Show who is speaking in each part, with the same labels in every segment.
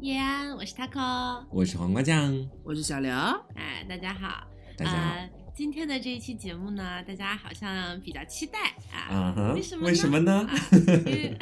Speaker 1: 叶安，我是 Taco。
Speaker 2: 我是黄瓜酱，
Speaker 3: 我是 小刘，
Speaker 1: 哎，大家好。
Speaker 2: 大家
Speaker 3: 啊
Speaker 2: 好。
Speaker 1: 呃今天的这一期节目呢，大家好像比较期待啊。
Speaker 2: 啊哈，
Speaker 1: 为什么呢
Speaker 2: 为什么呢？
Speaker 1: 啊因为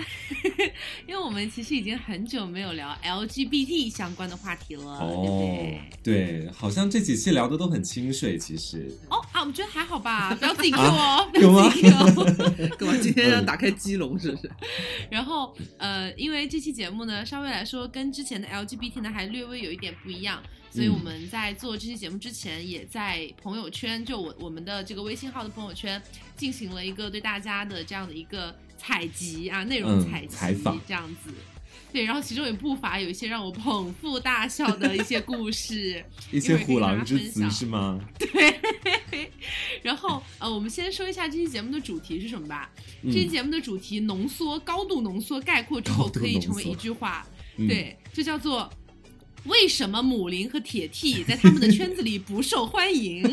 Speaker 1: 因为我们其实已经很久没有聊 LGBT 相关的话题
Speaker 3: 啊
Speaker 1: 了，对不
Speaker 2: 哦
Speaker 1: 对？，
Speaker 2: 对，好像这几期聊的都很清水，其实
Speaker 1: 哦啊，我觉得还好吧，不要自己 Q 哦，不
Speaker 2: 啊有吗
Speaker 1: 要自己 Q。
Speaker 3: 干嘛今天要打开鸡笼是不是？
Speaker 2: 嗯
Speaker 1: 然后呃，因为这期节目呢，稍微来说跟之前的 LGBT 呢还略微有一点不一样，所以
Speaker 2: 嗯
Speaker 1: 我们在做这期节目之前，也在朋友圈，就我我们的这个微信号的朋友圈，进行了一个对大家的这样的一个采集啊，内容
Speaker 2: 嗯
Speaker 1: 采集、
Speaker 2: 采访
Speaker 1: 这样子。对，然后其中也不乏有一些让我捧腹大笑的一些故 事，
Speaker 2: 一些虎狼之
Speaker 1: 一会儿可以跟大家
Speaker 2: 词
Speaker 1: 分享
Speaker 2: 是吗？
Speaker 1: 然后呃，我们先说一下这期节目的主题是什么吧。
Speaker 2: 嗯
Speaker 1: 这期节目的主题浓缩、高度浓缩、概括之后，
Speaker 2: 高度
Speaker 1: 可以成
Speaker 2: 浓
Speaker 1: 为
Speaker 2: 缩
Speaker 1: 一句话，
Speaker 2: 嗯
Speaker 1: 对，就叫做。为什么母林和铁 T 在他们的圈子里不受欢迎？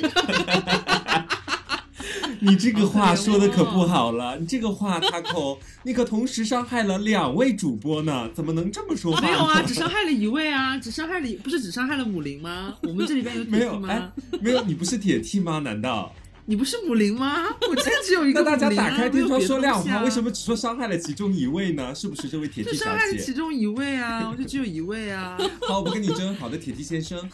Speaker 2: 你这个话
Speaker 1: 好可怜哦
Speaker 2: 说的可不好了，
Speaker 3: 哦
Speaker 2: 你这个话 Taco，你 可同时伤害了两位主播呢，怎么能这么说话呢？
Speaker 3: 没有 啊，只伤害了一位啊，只伤害了一不是只伤害了母林吗？ 我们这里边有
Speaker 2: 没
Speaker 3: 铁梯
Speaker 2: 有，哎
Speaker 3: 吗？，
Speaker 2: 没有，你不是铁 T 吗？难道？
Speaker 3: 你不是母林 吗？我今天只有一
Speaker 2: 那
Speaker 3: 个
Speaker 2: 大家
Speaker 3: 母林啊
Speaker 2: 打开天窗说亮话，为什？
Speaker 3: 没有别的东西啊
Speaker 2: 么只说伤害了其中一位呢？是不是这位铁
Speaker 3: 就
Speaker 2: T 小
Speaker 3: 伤害了
Speaker 2: 姐
Speaker 3: 其？中一位 啊，我就只有一位啊。
Speaker 2: 好，我不跟你争，好的，铁 T 先生，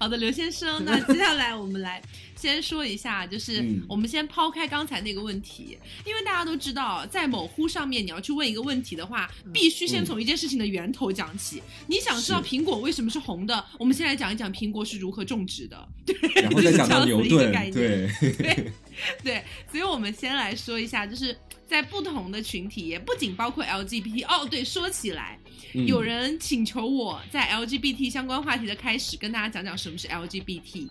Speaker 1: 好的，刘先生， 那接下来我们来先说一下，就是
Speaker 2: 嗯
Speaker 1: 我们先抛开刚才那个问题，因为大家都知道，在某乎上面你要去问一个问题的话，必须先从一件事情的源头讲起。你想知道
Speaker 2: 嗯是
Speaker 1: 苹果为什么是红的，我们先来讲一讲苹果是如何种植的。
Speaker 2: 然后再讲到
Speaker 1: 就是这样子
Speaker 2: 牛
Speaker 1: 一个
Speaker 2: 顿
Speaker 1: 概，念
Speaker 2: 对，
Speaker 1: 对，所以我们先来说一下，就是在不同的群体，也不仅包括 LGBT。哦，对，说起来，
Speaker 2: 嗯
Speaker 1: 有人请求我在 LGBT 相关话题的开始跟大家讲讲什么是 LGBT。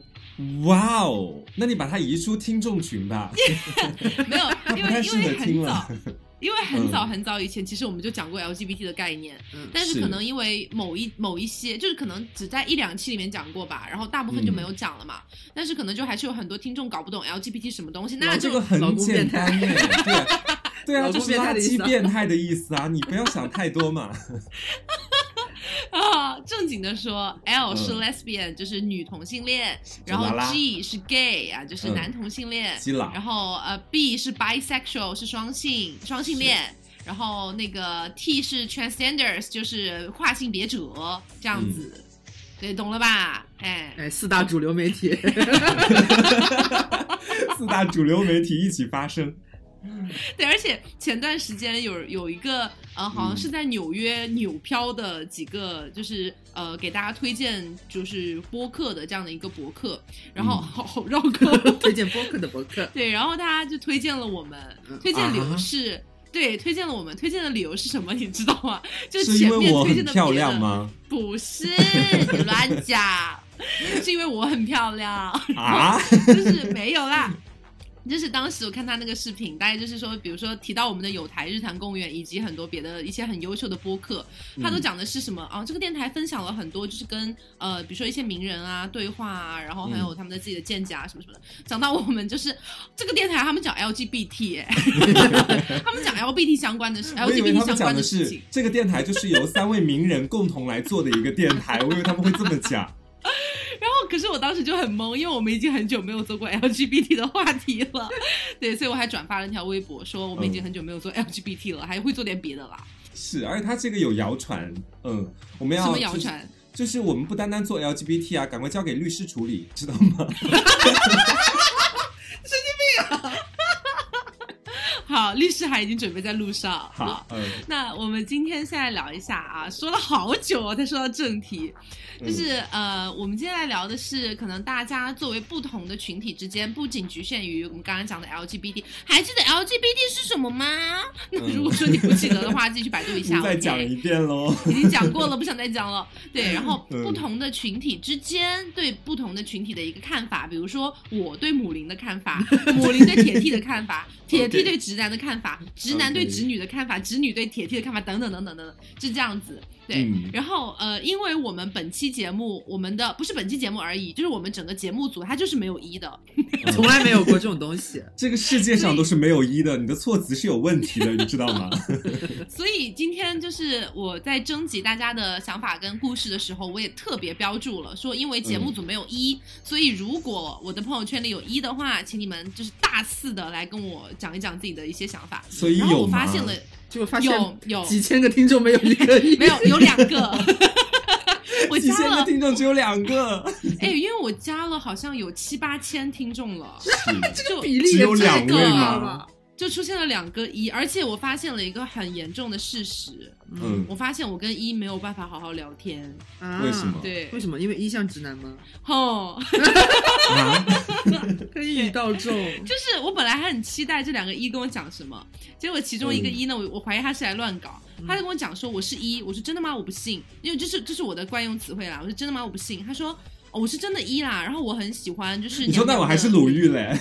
Speaker 2: 哇哦，那你把它移出听众 群吧。
Speaker 1: 没 有，因
Speaker 2: 不太
Speaker 1: 为
Speaker 2: 适
Speaker 1: 因为
Speaker 2: 合听
Speaker 1: 很
Speaker 2: 了
Speaker 1: 早，因为很早
Speaker 2: 嗯
Speaker 1: 很早以前，其实我们就讲过 LGBT 的概念，
Speaker 3: 嗯
Speaker 1: 但是
Speaker 2: 是
Speaker 1: 可能因为某一某一些，就是可能只在一两期里面讲过吧，然后大部分就
Speaker 2: 嗯
Speaker 1: 没有讲了嘛。但是可能就还是有很多听众搞不懂 LGBT 什么东西，
Speaker 3: 老
Speaker 1: 那
Speaker 2: 这
Speaker 1: 就
Speaker 2: 个
Speaker 3: 老
Speaker 2: 很
Speaker 3: 公
Speaker 2: 简
Speaker 3: 变态
Speaker 2: 单耶， 对。对啊，
Speaker 3: 老
Speaker 2: 就
Speaker 3: 公
Speaker 2: 是垃圾变
Speaker 3: 变
Speaker 2: 态的意思啊！你不要想太多嘛。
Speaker 1: 啊，正经的说，L
Speaker 2: 嗯
Speaker 1: 是 lesbian，、就是女同性恋，然后
Speaker 2: 拉拉
Speaker 1: G 是 gay 啊，就是
Speaker 2: 嗯
Speaker 1: 男同性恋，
Speaker 2: 基佬
Speaker 1: 然 后呃 B 是 bisexual，是双性双性恋，然后那个 T 是 transgenders，就是跨性别者这样子，对，懂了吧？哎，
Speaker 3: 哎，四大主流媒 体，
Speaker 2: 四大主流媒体一起发声，
Speaker 1: 对，而且前段时间有有一个呃，好像是在纽约纽漂的几个，就是呃，给大家推荐就是播客的这样的一个博客，然后
Speaker 2: 嗯
Speaker 1: 好好绕口。
Speaker 3: 推荐播客的博客，
Speaker 1: 对，然后大家就推荐了我们，
Speaker 2: 嗯
Speaker 1: 推荐
Speaker 2: 啊
Speaker 1: 理由是。对，推荐了我们，推荐的理由是什么？你知道吗？就是
Speaker 2: 因
Speaker 1: 前
Speaker 2: 为
Speaker 1: 面
Speaker 2: 我
Speaker 1: 推
Speaker 2: 很
Speaker 1: 荐的
Speaker 2: 漂
Speaker 1: 别
Speaker 2: 亮
Speaker 1: 的？
Speaker 2: 吗？
Speaker 1: 不是，你乱讲， 是因为我很漂亮。
Speaker 2: 啊，
Speaker 1: 就是没有啦。就是当时我看他那个视频，大概就是说，比如说提到我们的有台日坛公园以及很多别的一些很优秀的播客，他
Speaker 2: 嗯
Speaker 1: 都讲的是什么啊、这个电台分享了很多，就是跟呃，比如说一些名人啊对话啊，然后还
Speaker 2: 嗯
Speaker 1: 有他们的自己的见解啊什么什么的。讲到我们就是这个电台，他们讲 LGBT，、哎 他们讲 LGBT 相关的事
Speaker 2: 我以
Speaker 1: ，LGBT
Speaker 2: 为他
Speaker 1: 相
Speaker 2: 们讲
Speaker 1: 关
Speaker 2: 的
Speaker 1: 事
Speaker 2: 是
Speaker 1: 情。
Speaker 2: 这个电台就是由三位名人共同来做的一个电台，我以为他们会这么讲。
Speaker 1: 然后，可是我当时就很懵，因为我们已经很久没有做过 LGBT 的话题了， 对，所以我还转发了一条微博，说我们已经很久没有做
Speaker 2: 嗯
Speaker 1: LGBT 了，还会做点别的啦。
Speaker 2: 是，而且他这个有谣传，嗯，我们要
Speaker 1: 什么谣
Speaker 2: 就是
Speaker 1: 传？
Speaker 2: 就是我们不单单做 LGBT 啊，赶快交给律师处理，知道 吗？
Speaker 1: 好，律师函已经准备在路上。
Speaker 2: 好，嗯，
Speaker 1: 那我们今天现在聊一下啊，说了好久哦才说到正题，
Speaker 2: 嗯
Speaker 1: 就是、呃，我们今天来聊的是，可能大家作为不同的群体之间，不仅局限于我们刚刚讲的 LGBT，还记得 LGBT 是什么吗？那
Speaker 2: 嗯
Speaker 1: 如果说你不记得的话， 自己去百度一下。
Speaker 2: 你再
Speaker 1: OK
Speaker 2: 讲一遍 喽。
Speaker 1: 已经讲过了，不想再讲了。对，然后
Speaker 2: 嗯
Speaker 1: 不同的群体之间对不同的群体的一个看法，比如说我对母林的看 法，母林对铁 T 的看法，铁 T 对直男的看法，直男对
Speaker 2: OK
Speaker 1: 直女的看法，直女对铁 T 的看法，等等等等等等，是这样子。对，
Speaker 2: 嗯
Speaker 1: 然后呃，因为我们本期节目，我们的不是本期节目而已，就是我们整个节目组它就是没有一的，
Speaker 2: 嗯
Speaker 3: 从来没有过这种东西。
Speaker 2: 这个世界上都是没有一的，你的措辞是有问题的， 你知道吗？
Speaker 1: 所以今天就是我在征集大家的想法跟故事的时候，我也特别标注了，说因为节目组没有一、所以如果我的朋友圈里有一的话，请你们就是大肆的来跟我讲一讲自己的一些想法。
Speaker 2: 所以
Speaker 1: 然后
Speaker 2: 有
Speaker 1: 我
Speaker 2: 吗
Speaker 1: 发？现了，
Speaker 3: 就发现
Speaker 1: 有有
Speaker 3: 几千个听众没有一个
Speaker 1: 没有有两 个， 我
Speaker 2: 几
Speaker 1: 加
Speaker 2: 千个
Speaker 1: 了
Speaker 2: 听众只有两个，
Speaker 1: 哎，因为我加了好像有七八千听众了，就
Speaker 3: 比例
Speaker 2: 只有
Speaker 3: 也啊
Speaker 2: 两
Speaker 3: 太高
Speaker 1: 位
Speaker 3: 了
Speaker 1: 吗
Speaker 3: 吧？
Speaker 1: 就出现了两个一，而且我发现了一个很严重的事实，
Speaker 2: 嗯，
Speaker 1: 我发现我跟一没有办法好好聊天，
Speaker 3: 啊
Speaker 2: 为什么
Speaker 1: 对
Speaker 3: 为，什么？因为一像直男吗？
Speaker 1: 吼。
Speaker 2: 啊，
Speaker 3: 跟一语道中，
Speaker 1: 就是我本来还很期待这两个一跟我讲什么，结果其中一个
Speaker 2: 嗯
Speaker 1: 一呢，我我怀疑他是来乱搞，他就跟我讲说我是一，我说真的吗？我不信，因为这是这是我的惯用词汇啦，我说真的吗？我不信，他说、哦我是真的一啦，然后我很喜欢就是
Speaker 2: 你说那
Speaker 1: 娘娘
Speaker 2: 我还
Speaker 1: 的
Speaker 2: 是鲁豫嘞，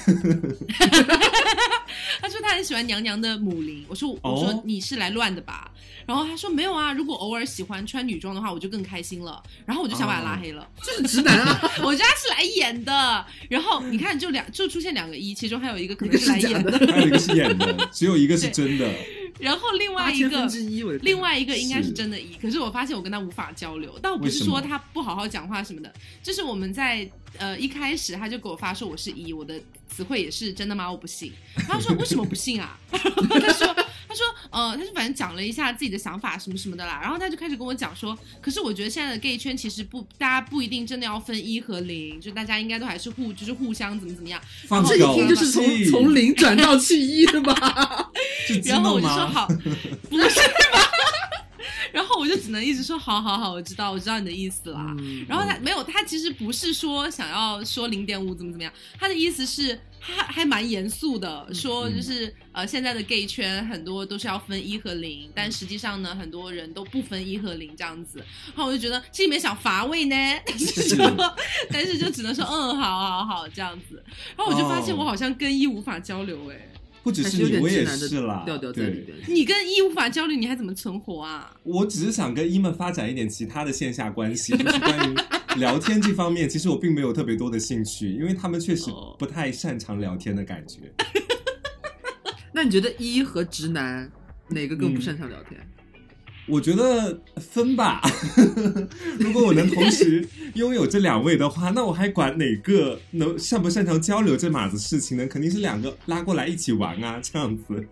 Speaker 1: 他说他很喜欢娘娘的母灵，我说我
Speaker 2: 哦
Speaker 1: 说你是来乱的吧？然后他说没有啊，如果偶尔喜欢穿女装的话，我就更开心了。然后我就想把他拉黑了，
Speaker 3: 就是直男
Speaker 2: 哦
Speaker 3: 啊，
Speaker 1: 我觉得他是来演的。然后你看，就两就出现两个一，其中还有一个可
Speaker 3: 一
Speaker 1: 能
Speaker 3: 个
Speaker 1: 是来
Speaker 3: 是假
Speaker 1: 演
Speaker 3: 的，
Speaker 2: 还有一个是演的，只有一个是
Speaker 1: 对
Speaker 2: 真的。
Speaker 1: 然后另外
Speaker 3: 八
Speaker 1: 一
Speaker 3: 千
Speaker 1: 个
Speaker 3: 分之一，我的天
Speaker 1: 另外一个应该是
Speaker 2: 是
Speaker 1: 真的一，可是我发现我跟他无法交流，倒不
Speaker 2: 为
Speaker 1: 是
Speaker 2: 什
Speaker 1: 说
Speaker 2: 么
Speaker 1: 他不好好讲话什么的，就是我们在呃一开始他就给我发说我是一，我的词汇也是真的吗？我不信。他说为什么不信啊？ 然后他说他说呃他就反正讲了一下自己的想法什么什么的啦，然后他就开始跟我讲说，可是我觉得现在的 gay 圈其实不大家不一定真的要分一和零，就大家应该都还是互就是互相怎么怎么样。
Speaker 2: 放
Speaker 3: 这一听就是从
Speaker 2: 狗屁
Speaker 3: 从零转到去一的吧？
Speaker 2: 是激
Speaker 1: 然后我
Speaker 2: 动
Speaker 1: 就说
Speaker 2: 吗？
Speaker 1: 好，不是吧？ 然后我就只能一直说好好好，我知道我知道你的意思啦。
Speaker 3: 嗯
Speaker 1: 然后他没有，他其实不是说想要说零点五怎么怎么样，他的意思是他还还蛮严肃的，说
Speaker 2: 嗯
Speaker 1: 就是、呃现在的 gay 圈很多都是要分一和零，
Speaker 2: 嗯
Speaker 1: 但实际上呢很多人都不分一和零这样子。然后我就觉得心里面想乏味呢，但是
Speaker 2: 是
Speaker 1: 就 但是就只能说嗯好好好这样子。然后我就发现
Speaker 2: 哦
Speaker 1: 我好像跟一无法交流哎、
Speaker 2: 不只
Speaker 3: 还
Speaker 2: 是
Speaker 3: 是有
Speaker 2: 你，
Speaker 3: 点
Speaker 2: 我
Speaker 3: 直
Speaker 2: 也
Speaker 3: 男的
Speaker 2: 是啦。
Speaker 3: 调调在里
Speaker 2: 对，
Speaker 3: 边。
Speaker 1: 你跟一无法交流，你还怎么存活啊？
Speaker 2: 我只是想跟伊们发展一点其他的线下关系，就是关于聊天这方面，其实我并没有特别多的兴趣，因为他们确实
Speaker 1: 哦
Speaker 2: 不太擅长聊天的感觉。
Speaker 3: 那你觉得一和直男哪个更不擅长聊天？
Speaker 2: 我觉得分吧，如果我能同时拥有这两位的话，那我还管哪个能擅不擅长交流这码子事情呢？肯定是两个拉过来一起玩啊，这样子。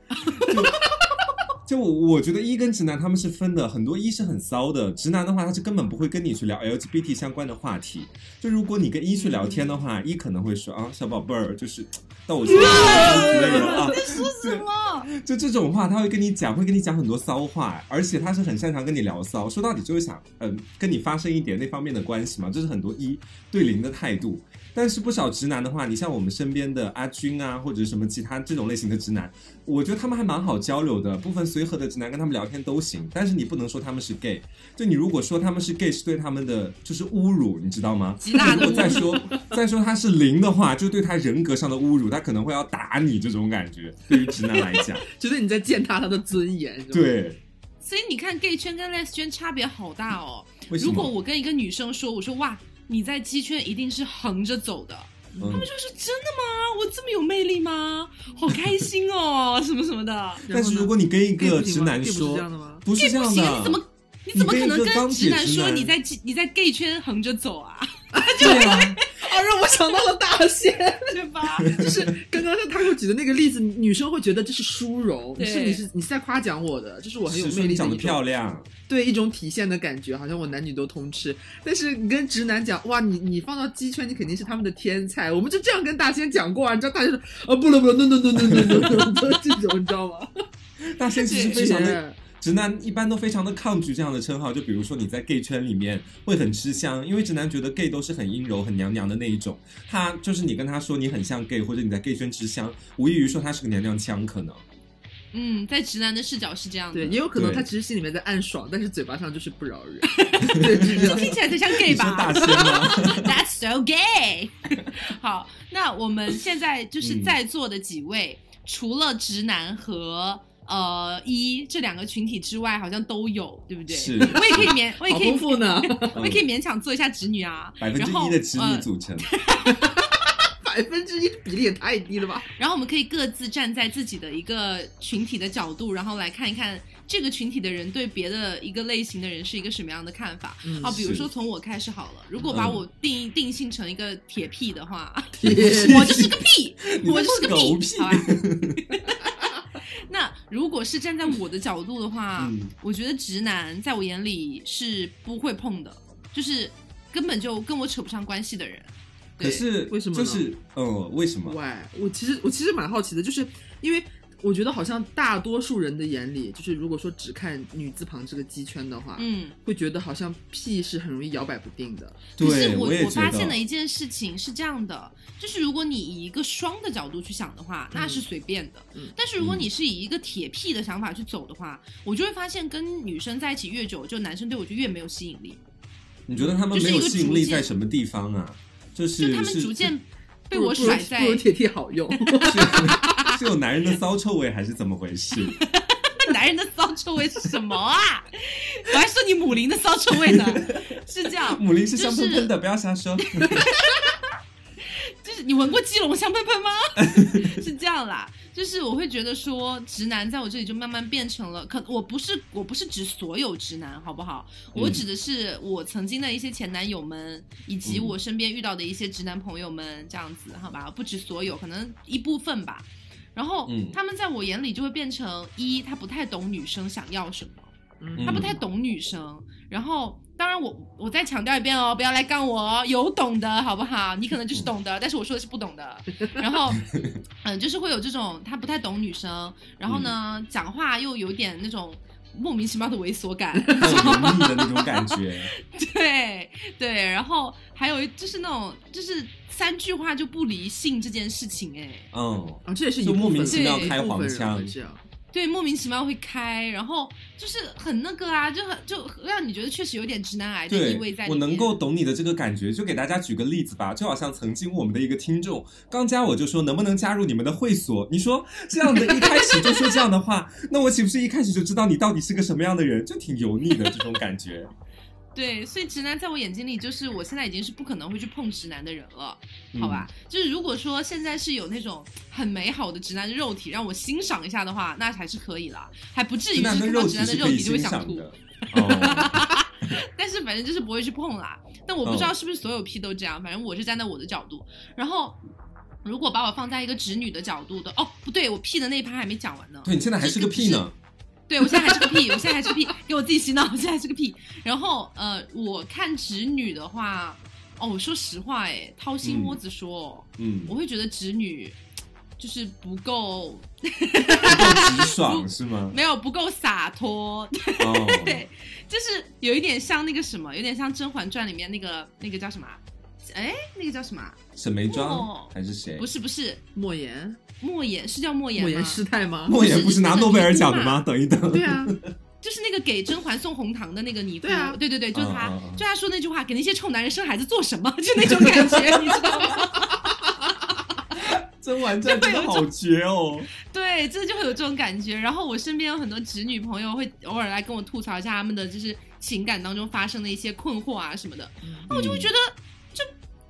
Speaker 2: 就我我觉得一跟直男他们是分的，很多一是很骚的，直男的话他是根本不会跟你去聊 LGBT 相关的话题。就如果你跟一去聊天的话，一可能会说啊小宝贝儿，就是到我这里之类的啊，
Speaker 1: 什么？
Speaker 2: 就这种话，他会跟你讲，会跟你讲很多骚话，而且他是很擅长跟你聊骚。说到底就是想，嗯、跟你发生一点那方面的关系嘛，这是很多呃一对零的态度。但是不少直男的话，你像我们身边的阿军啊，或者什么其他这种类型的直男，我觉得他们还蛮好交流的，部分随和的直男跟他们聊天都行。但是你不能说他们是 gay，就你如果说他们是 gay，是对他们的就是侮辱，你知道吗？
Speaker 1: 极大的
Speaker 2: 如果再说再说他是零的话，就对他人格上的侮辱，他可能会要打你这种感觉。对于直男来讲，
Speaker 3: 觉得你在践踏他的尊严？是吧，
Speaker 2: 对。
Speaker 1: 所以你看，gay 圈跟 les 圈差别好大哦。
Speaker 2: 为什
Speaker 1: 如
Speaker 2: 么？
Speaker 1: 果我跟一个女生说，我说哇，你在基圈一定是横着走的，
Speaker 2: 嗯
Speaker 1: 他们就说真的吗？我这么有魅力吗？好开心哦， 什么什么的。
Speaker 2: 但是如果你跟一
Speaker 3: 然
Speaker 2: 个
Speaker 3: 后呢 gay 不行
Speaker 2: 直
Speaker 3: 吗
Speaker 2: 男
Speaker 3: gay 不是这样
Speaker 2: 说，
Speaker 3: 的吗？
Speaker 2: 不是这
Speaker 1: 不
Speaker 2: 样
Speaker 1: 行，你怎
Speaker 2: 的，
Speaker 1: 么你怎么可能
Speaker 2: 你跟一个
Speaker 1: 跟
Speaker 2: 钢
Speaker 1: 直
Speaker 2: 铁
Speaker 1: 男
Speaker 2: 直
Speaker 1: 说
Speaker 2: 男
Speaker 1: 你在基你在 gay 圈横着走啊？
Speaker 2: 对 啊，
Speaker 3: 哦，让我想到了大仙，
Speaker 1: 对吧？
Speaker 3: 就是刚刚他给我举的那个例子，女生会觉得这是殊荣，
Speaker 1: 对
Speaker 3: 是你是你是在夸奖我的，这是我很有
Speaker 2: 是说
Speaker 3: 魅力
Speaker 2: 你
Speaker 3: 的
Speaker 2: 长
Speaker 3: 一
Speaker 2: 得
Speaker 3: 种
Speaker 2: 漂亮，
Speaker 3: 对一种体现的感觉，好像我男女都通吃。但是你跟直男讲，哇，你你放到鸡圈，你肯定是他们的天才。我们就这样跟大仙讲过啊，你知道大仙说，呃，不了不了，no no no no no no，no，这种你知道吗？
Speaker 2: 大仙其实
Speaker 1: 对
Speaker 2: 非常的直男一般都非常的抗拒这样的称号，就比如说你在 gay 圈里面会很吃香，因为直男觉得 gay 都是很阴柔、很娘娘的那一种。他就是你跟他说你很像 gay，或者你在 gay 圈吃香，无异于说他是个娘娘腔，可能。
Speaker 1: 嗯，在直男的视角是这样的
Speaker 3: 对，，也有可能
Speaker 2: 对
Speaker 3: 他其实心里面在暗爽，但是嘴巴上就是不饶人。对，是这样。
Speaker 1: 听起来才像 gay
Speaker 2: 你说
Speaker 1: 吧？
Speaker 2: 大仙吗？
Speaker 1: That's so gay 。 好，
Speaker 2: 嗯
Speaker 1: 那我们现在就是在座的几位，除了直男和呃一这两个群体之外，好像都有，对不对？
Speaker 2: 是
Speaker 1: 我也可以勉，我也
Speaker 3: 好
Speaker 1: 可以
Speaker 3: 丰富呢，
Speaker 1: 我也可以勉强做一下直女啊。
Speaker 2: 嗯百分
Speaker 1: 然
Speaker 2: 之
Speaker 1: 后
Speaker 2: 一的直女
Speaker 1: 呃
Speaker 2: 组成，
Speaker 3: 百分之一比例也太低了吧？
Speaker 1: 然后我们可以各自站在自己的一个群体的角度，然后来看一看这个群体的人对别的一个类型的人是一个什么样的看法。
Speaker 3: 嗯
Speaker 1: 啊，比如
Speaker 2: 是
Speaker 1: 说从我开始好了，如果把
Speaker 2: 嗯
Speaker 1: 我定义定性成一个铁屁的话，
Speaker 3: 铁
Speaker 1: 我就是个屁，
Speaker 2: 你
Speaker 1: 我
Speaker 2: 这
Speaker 1: 就是个
Speaker 2: 是狗
Speaker 1: 屁，
Speaker 2: 屁
Speaker 1: 好吧？ 那如果是站在我的角度的话，
Speaker 2: 嗯
Speaker 1: 我觉得直男在我眼里是不会碰的，就是根本就跟我扯不上关系的人。对
Speaker 2: 可是
Speaker 3: 为什么呢
Speaker 2: 就是嗯，为什么？
Speaker 3: 喂，我其实我其实蛮好奇的，就是因为我觉得好像大多数人的眼里，就是如果说只看女字旁这个鸡圈的话，
Speaker 1: 嗯，
Speaker 3: 会觉得好像屁是很容易摇摆不定的。
Speaker 1: 可是
Speaker 2: 对，
Speaker 1: 我
Speaker 2: 也
Speaker 1: 我
Speaker 2: 觉
Speaker 1: 发现
Speaker 2: 得
Speaker 1: 了。一件事情是这样的，就是如果你以一个双的角度去想的话，那是随便的；
Speaker 3: 嗯
Speaker 1: 但是如果你是以一个铁屁的想法去走的话，我就会发现跟女生在一起越久，就男生对我就越没有吸引力，
Speaker 2: 你觉得他们
Speaker 1: 就是
Speaker 2: 没有
Speaker 1: 一个
Speaker 2: 吸引
Speaker 1: 逐
Speaker 2: 力
Speaker 1: 渐
Speaker 2: 在什么地方啊？就是
Speaker 1: 就他们
Speaker 2: 是
Speaker 1: 逐渐被
Speaker 3: 不如
Speaker 1: 我
Speaker 3: 不如
Speaker 1: 甩在
Speaker 3: 不如铁 T 好 用，
Speaker 2: 是是有男人的骚臭味还是怎么回 事？
Speaker 1: 男人的骚臭味是什么啊？我还说你母林的骚臭味呢，是这样，
Speaker 2: 母林是
Speaker 1: 就
Speaker 2: 香喷喷的，不要瞎说。
Speaker 1: 就是你闻过基隆香喷喷吗？ 是这样啦，就是我会觉得说，直男在我这里就慢慢变成了，可我不是我不是指所有直男，好不好？我指的是我曾经的一些前男友们，以及
Speaker 2: 嗯
Speaker 1: 我身边遇到的一些直男朋友们，这样子，好吧？不止所有，可能一部分吧。然后、
Speaker 2: 嗯
Speaker 1: 他们在我眼里就会变成一，他不太懂女生想要什么。
Speaker 3: 嗯
Speaker 1: 他不太懂女生。然后，当然我我再强调一遍哦，不要来杠我哦，有懂的好不好？你可能就是懂的，但是我说的是不懂 的。然后，嗯、就是会有这种他不太懂女生，然后呢，
Speaker 2: 嗯
Speaker 1: 讲话又有点那种莫名其妙的猥琐 感。
Speaker 2: 那种油腻的那种感觉，
Speaker 1: 对对，然后还有一就是那种就是三句话就不离性这件事情，哎，
Speaker 2: 嗯，
Speaker 3: 啊，这也是一
Speaker 2: 就
Speaker 3: 部分
Speaker 2: 莫名
Speaker 3: 人
Speaker 2: 其妙
Speaker 1: 对
Speaker 2: 开
Speaker 3: 一部
Speaker 2: 黄
Speaker 3: 分人
Speaker 2: 腔
Speaker 3: 会，这样。
Speaker 1: 对，莫名其妙会开，然后就是很那个啊，就很就让你觉得确实有点直男癌的意
Speaker 2: 对
Speaker 1: 味在，里
Speaker 2: 我
Speaker 1: 面。
Speaker 2: 能够懂你的这个感觉，就给大家举个例子吧，就好像曾经我们的一个听众刚加我就说能不能加入你们的会所，你说这样的一开始就说这样的话， 那我岂不是一开始就知道你到底是个什么样的人，就挺油腻的这种感觉，
Speaker 1: 对，所以直男在我眼睛里，就是我现在已经是不可能会去碰直男的人了，
Speaker 2: 嗯
Speaker 1: 好吧？就是如果说现在是有那种很美好的直男肉体让我欣赏一下的话，那还是可以啦，还不至于是
Speaker 2: 直男的
Speaker 1: 看
Speaker 2: 肉
Speaker 1: 到
Speaker 2: 体
Speaker 1: 直男的
Speaker 2: 是
Speaker 1: 肉
Speaker 2: 可以
Speaker 1: 体就会
Speaker 2: 欣
Speaker 1: 想
Speaker 2: 赏
Speaker 1: 吐，
Speaker 2: 的。哦，
Speaker 1: 但是反正就是不会去碰啦。但我不知道
Speaker 2: 嗯
Speaker 1: 是不是所有 P 都这样，反正我是站在我的角度，然后。如果把我放在一个直女的角度的，哦，不对，我 P 的那一趴还没讲完呢。
Speaker 2: 对你现在还是个屁呢，
Speaker 1: 对我现在还是个屁，我现在还是个屁，给我自己洗脑，我现在还是个屁。然后呃，我看直女的话，哦，我说实话，哎，掏心窝子说，
Speaker 2: 嗯，
Speaker 1: 我会觉得直女就是不够，
Speaker 2: 不够直爽是 吗？
Speaker 1: 没有不够洒脱，
Speaker 2: 哦，
Speaker 1: 对，就是有一点像那个什么，有点像《甄嬛传》里面那个那个叫什么啊？哎，那个叫什么啊？
Speaker 2: 沈眉庄
Speaker 1: 哦
Speaker 2: 还是谁
Speaker 1: 不？是不是，
Speaker 3: 莫言，
Speaker 1: 莫言是叫莫言
Speaker 3: 莫
Speaker 1: 吗？
Speaker 3: 言师太吗？
Speaker 2: 莫言不是拿诺贝尔奖的吗？等一等，
Speaker 3: 对啊，
Speaker 1: 就是那个给甄嬛送红糖的那个尼姑，
Speaker 3: 对啊
Speaker 1: 对对对，就他，
Speaker 2: 嗯嗯嗯
Speaker 1: 就他说那句话，给那些臭男人生孩子做什么？ 就那种感觉，你知道吗？
Speaker 2: 《甄嬛传》真的好绝哦！
Speaker 1: 对，这就会有这种感觉。然后我身边有很多直女朋友会偶尔来跟我吐槽一下他们的就是情感当中发生的一些困惑啊什么的，
Speaker 2: 嗯
Speaker 1: 那我就会觉得这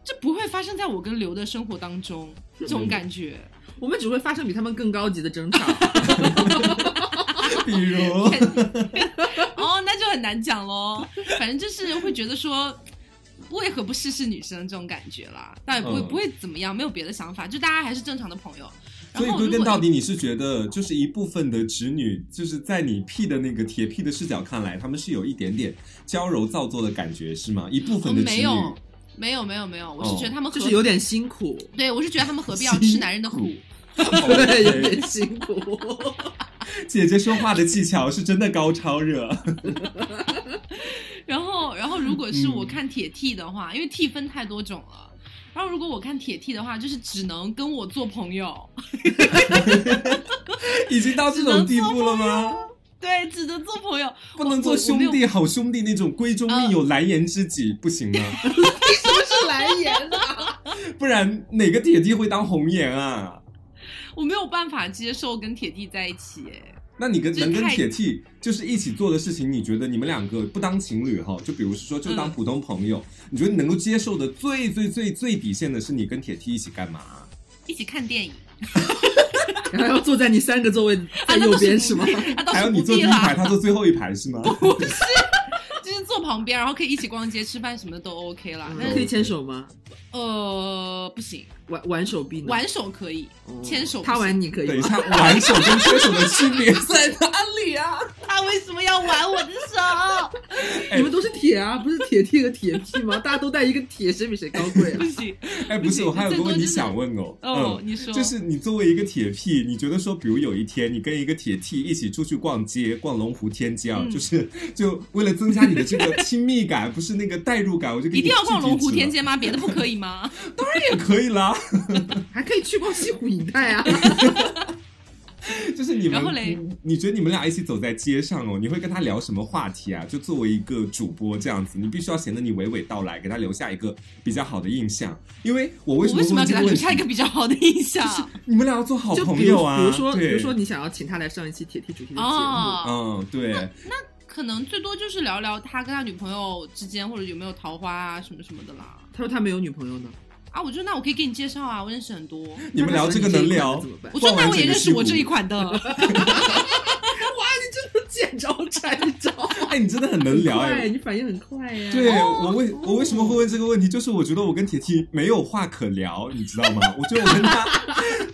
Speaker 1: 这不会发生在我跟刘的生活当中，这种感觉。
Speaker 3: 我们只会发生比他们更高级的争 吵。
Speaker 2: 比如，
Speaker 1: 哦，那就很难讲喽。反正就是会觉得说，为何不试试女生这种感觉啦？但也不会、
Speaker 2: 嗯
Speaker 1: 不会怎么样，没有别的想法，就大家还是正常的朋友。然
Speaker 2: 所以
Speaker 1: 后
Speaker 2: 归
Speaker 1: 如
Speaker 2: 根
Speaker 1: 果
Speaker 2: 到底，你是觉得就是一部分的直女，就是在你屁的那个铁屁的视角看来，他们是有一点点娇柔造作的感觉，是吗？一部
Speaker 1: 哦
Speaker 2: 分的直
Speaker 1: 没
Speaker 2: 女，哦
Speaker 1: 有没有没有没有，我是觉得他们何、
Speaker 3: 就是有点辛苦，
Speaker 1: 对我是觉得他们何必要吃男人的
Speaker 2: 嗯
Speaker 1: 苦？
Speaker 3: 对，有点辛苦。
Speaker 2: 姐姐说话的技巧是真的高超热，
Speaker 1: 然后然后如果是我
Speaker 2: 嗯
Speaker 1: 看铁 T 的话，因为 T 分太多种了。然后如果我看铁 T 的话，就是只能跟我做朋友，
Speaker 2: 已经到这种地步了吗？
Speaker 1: 对，只能做朋友，
Speaker 2: 不能做
Speaker 1: 我
Speaker 2: 兄
Speaker 1: 我没啊
Speaker 2: 弟、好兄弟那种闺中密友、蓝颜知己，不行吗？
Speaker 3: 你什么是蓝颜啊？
Speaker 2: 不然哪个铁弟会当红颜啊？
Speaker 1: 我没有办法接受跟铁弟在一起，哎，
Speaker 2: 那你跟
Speaker 1: 就是
Speaker 2: 能跟
Speaker 1: 太
Speaker 2: 铁 T 就是一起做的事情，你觉得你们两个不当情侣哈，就比如说就当
Speaker 1: 嗯
Speaker 2: 普通朋友，你觉得你能够接受的最最最最底线的是你跟铁 T 一起干嘛？
Speaker 1: 一起看电影
Speaker 3: 然后要坐在你三个座位在右边是吗？？
Speaker 1: 啊那
Speaker 2: 还
Speaker 1: 倒
Speaker 2: 有
Speaker 1: 是
Speaker 2: 你
Speaker 1: 不
Speaker 2: 坐
Speaker 1: 必
Speaker 2: 第一
Speaker 1: 啦，
Speaker 2: 排，他坐最后一排是吗？
Speaker 1: 就是坐旁边，然后可以一起逛街、吃饭什么的都 OK
Speaker 2: 嗯
Speaker 1: 啦。但
Speaker 3: 可以
Speaker 1: 是
Speaker 3: 牵手吗？
Speaker 1: 呃，不行，
Speaker 3: 玩玩手
Speaker 2: 嗯
Speaker 3: 臂呢？
Speaker 1: 挽手可以，
Speaker 3: 哦
Speaker 1: 牵手不
Speaker 3: 他
Speaker 1: 行
Speaker 3: 玩你可
Speaker 2: 等
Speaker 3: 以
Speaker 2: 一
Speaker 3: 吗？
Speaker 2: 下，挽手跟牵手的区 别在哪？
Speaker 1: 他为什么要挽我的手？
Speaker 2: 哎
Speaker 3: 你们都是铁啊，不是铁 T 和铁 P 吗？大家都带一个铁，谁比谁高贵
Speaker 1: 不
Speaker 3: 啊？
Speaker 1: 行，
Speaker 2: 哎，不是，我还有个问
Speaker 1: 最多
Speaker 2: 题
Speaker 1: 就是
Speaker 2: 想问哦。
Speaker 1: 哦，
Speaker 2: 嗯
Speaker 1: 你说
Speaker 2: 就是你作为一个铁屁，你觉得说，比如有一天你跟一个铁 T 一起出去逛街，逛龙湖天街啊，
Speaker 1: 嗯
Speaker 2: 就是就为了增加你的这个亲密感，不是那个代入感，我就给你
Speaker 1: 一定要逛龙湖天
Speaker 2: 制
Speaker 1: 街吗？别的不可以吗？
Speaker 2: 止了，也可以啦。
Speaker 3: 还可以去逛西湖一带 啊。
Speaker 2: 就是你们，
Speaker 1: 然后嘞
Speaker 2: 你你觉得你们俩一起走在街上哦，你会跟他聊什么话题啊？就作为一个主播这样子，你必须要显得你娓娓道来，给他留下一个比较好的印象。因为我 为
Speaker 1: 我
Speaker 2: 什么
Speaker 1: 为什么
Speaker 2: 问
Speaker 1: 要给他留
Speaker 2: 这个问题
Speaker 1: 下一？个比较好的印象？
Speaker 2: 你们俩要做好
Speaker 3: 就
Speaker 2: 朋
Speaker 3: 比如
Speaker 2: 友啊，
Speaker 3: 比如说，比
Speaker 2: 对
Speaker 3: 如说你想要请他来上一期铁 T 主题的节目，
Speaker 1: 哦，
Speaker 2: 嗯，对，
Speaker 1: 可能最多就是聊聊他跟他女朋友之间或者有没有桃花啊什么什么的啦。
Speaker 3: 他说他没有女朋友呢，
Speaker 1: 啊，我说那我可以给你介绍啊，我认识很多。
Speaker 2: 你们聊这个能聊
Speaker 3: 那他说你这一款的怎么。办
Speaker 1: 我说
Speaker 2: 逛完
Speaker 1: 那我也
Speaker 2: 整个
Speaker 1: 认识
Speaker 2: 西
Speaker 1: 我
Speaker 2: 湖
Speaker 1: 这一款 的，
Speaker 3: 见招拆招，
Speaker 2: 哎，你真的很能聊
Speaker 3: 快，
Speaker 2: 哎。
Speaker 3: 你反应很快呀。
Speaker 2: 对我为
Speaker 1: 哦
Speaker 2: 我为什么会问这个问题？就是我觉得我跟铁 T 没有话可聊，你知道吗？我觉得我 跟他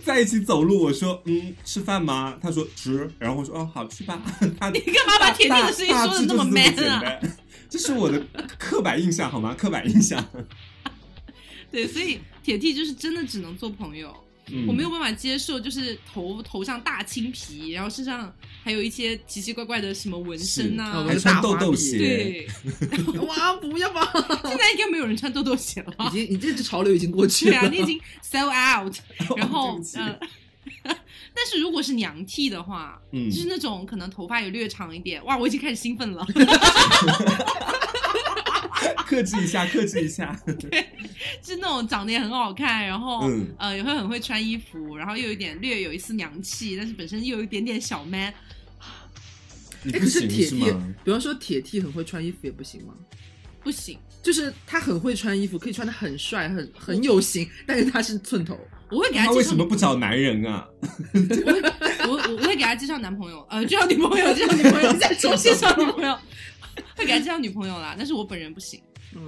Speaker 2: 在一起走路，我说嗯，吃饭吗？他说吃，然后我说哦，好吃吧。他
Speaker 1: 你干嘛把铁定的事情
Speaker 2: 大
Speaker 1: 说的
Speaker 2: 大
Speaker 1: 那
Speaker 2: 致就是
Speaker 1: 么
Speaker 2: 这
Speaker 1: man
Speaker 2: 简
Speaker 1: 啊？
Speaker 2: 单这是我的刻板印象好吗？刻板印象。
Speaker 1: 对，所以铁 T 就是真的只能做朋友，
Speaker 2: 嗯
Speaker 1: 我没有办法接受，就是头头上大青皮，然后身上还有一些奇奇怪怪的什么纹身
Speaker 3: 是啊
Speaker 1: 啊
Speaker 3: 我。
Speaker 2: 还
Speaker 3: 们
Speaker 2: 穿豆豆鞋，
Speaker 1: 对，
Speaker 3: 哇，不要吧！
Speaker 1: 现在应该没有人穿豆豆鞋了吧
Speaker 3: 已？经，你这只潮流已经过去
Speaker 1: 对
Speaker 3: 了。
Speaker 1: 啊，你已 经 sell out。然
Speaker 2: 哦对
Speaker 1: 后
Speaker 2: 不，起
Speaker 1: 嗯、 但是如果是娘替的话，
Speaker 2: 嗯
Speaker 1: 就是那种可能头发也略长一点，哇，我已经开始兴奋了。
Speaker 2: 克制一下，克制一下。
Speaker 1: 就是那种长得也很好看，然后、
Speaker 2: 嗯
Speaker 1: 呃也会很会穿衣服，然后又有一点略有一丝娘气，但是本身又有一点点小 man。
Speaker 2: 你
Speaker 3: 哎，
Speaker 2: 不
Speaker 3: 可是
Speaker 2: 行
Speaker 3: 铁
Speaker 2: 是
Speaker 3: T，
Speaker 2: 吗？
Speaker 3: 比方说铁 T 很会穿衣服也不行吗？
Speaker 1: 不行，
Speaker 3: 就是他很会穿衣服，可以穿的很帅，很很有型，但是他是寸头。
Speaker 1: 我会给
Speaker 2: 他
Speaker 1: 介
Speaker 2: 为
Speaker 1: 绍
Speaker 2: 什
Speaker 1: 女，
Speaker 2: 么不找男人啊？
Speaker 1: 我我我会给他介绍男朋友，呃，介绍女朋友，介绍女朋友，再说介绍女朋友，会给他介绍女朋友啦。但是我本人不行。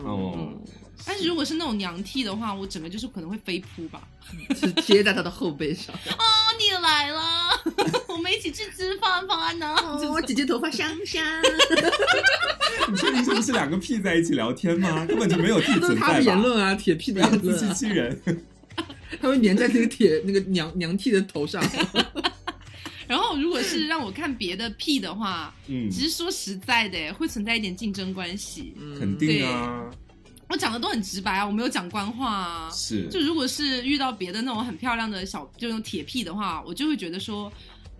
Speaker 2: 哦
Speaker 3: 嗯，
Speaker 1: 但是如果是那种娘替的话，我整个就是可能会飞扑吧。
Speaker 3: 嗯是贴在他的后背上。
Speaker 1: 哦，你来了， 我们一起去吃饭吧呢。
Speaker 3: 哦，姐姐头发香香，
Speaker 2: 哎你确定这不是两个屁在一起聊 天吗？根本就没有
Speaker 3: 这
Speaker 2: 地
Speaker 3: 都是
Speaker 2: 存
Speaker 3: 他
Speaker 2: 在
Speaker 3: 的言
Speaker 2: 吧？
Speaker 3: 论啊，铁 P
Speaker 2: 不
Speaker 3: 的
Speaker 2: 要
Speaker 3: 言
Speaker 2: 自
Speaker 3: 论
Speaker 2: 欺欺
Speaker 3: 啊，
Speaker 2: 人。
Speaker 3: 他会粘在那个铁那个娘娘 T 的 头上。
Speaker 1: 然后如果是让我看别的屁的话，
Speaker 2: 嗯，
Speaker 1: 其实说实在的，会存在一点竞争关系。
Speaker 3: 嗯
Speaker 2: 肯定啊，
Speaker 1: 我讲的都很直白啊，我没有讲官话啊。
Speaker 2: 是
Speaker 1: 就如果是遇到别的那种很漂亮的小，就那种铁屁的话，我就会觉得说，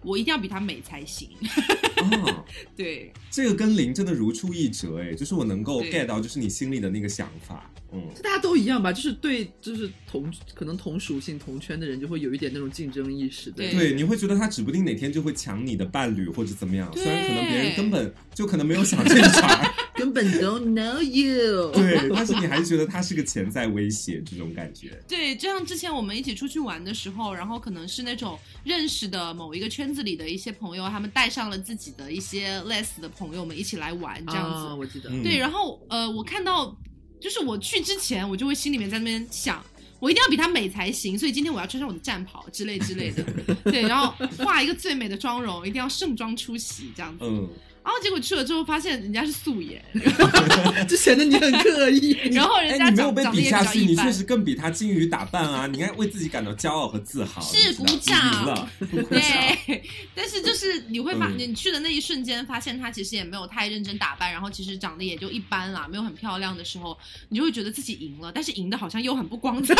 Speaker 1: 我一定要比她美才行。
Speaker 2: 啊。
Speaker 1: 对，
Speaker 2: 这个跟零真的如出一辙哎，就是我能够
Speaker 1: 对
Speaker 2: get 到，就是你心里的那个想法。嗯，
Speaker 3: 大家都一样吧，就是对，就是同可能同属性同圈的人就会有一点那种竞争意识的。
Speaker 1: 对
Speaker 2: 对，你会觉得他指不定哪天就会抢你的伴侣或者怎么样，
Speaker 1: 对
Speaker 2: 虽然可能别人根本就可能没有想这一茬，
Speaker 3: 根本 don't know you。
Speaker 2: 对，但是你还是觉得他是个潜在威胁这种感觉。
Speaker 1: 对，就像之前我们一起出去玩的时候，然后可能是那种认识的某一个圈子里的一些朋友，他们带上了自己的一些 less 的朋友们一起来玩这样子。
Speaker 3: 啊，我记得。
Speaker 2: 嗯
Speaker 1: 对，然后呃，我看到就是我去之前，我就会心里面在那边想。我一定要比她美才行，所以今天我要穿上我的战袍之类之类的， 对，然后画一个最美的妆容，一定要盛装出席这样子。
Speaker 2: 嗯，
Speaker 1: 然后结果去了之后，发现人家是素颜，
Speaker 2: 嗯
Speaker 3: 就显得你很刻意。
Speaker 1: 然后人
Speaker 2: 哎，
Speaker 1: 家
Speaker 2: 你没
Speaker 1: 长
Speaker 2: 有被
Speaker 1: 长得
Speaker 2: 比
Speaker 1: 也比
Speaker 2: 下
Speaker 1: 较
Speaker 2: 去，
Speaker 1: 一
Speaker 2: 你确
Speaker 1: 般。
Speaker 2: 实更比他精于打扮啊！你应该为自己感到骄傲和自豪。
Speaker 1: 是
Speaker 2: 你知道
Speaker 1: 鼓掌
Speaker 2: 你赢了，不鼓 掌。
Speaker 1: 对，但是就是你会发，
Speaker 2: 嗯
Speaker 1: 你去的那一瞬间，发现她其实也没有太认真打扮，然后其实长得也就一般啦，没有很漂亮的时候，你就会觉得自己赢了，但是赢的好像又很不光彩。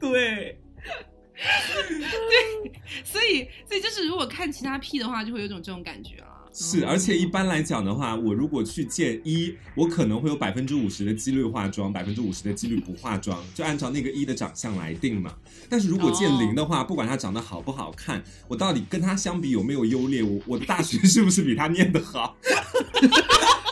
Speaker 2: 对，
Speaker 1: 所以，所以就是如我看其他 P 的话，就会有种这种感觉啊了。
Speaker 2: 是，而且一般来讲的话，我如果去见一，我可能会有百分之五十的几率化妆，百分之五十的几率不化妆，就按照那个一的长相来定嘛。但是如果
Speaker 1: 哦
Speaker 2: 见零的话，不管他长得好不好看，我到底跟他相比有没有优劣，我我的大学是不是比他念得好？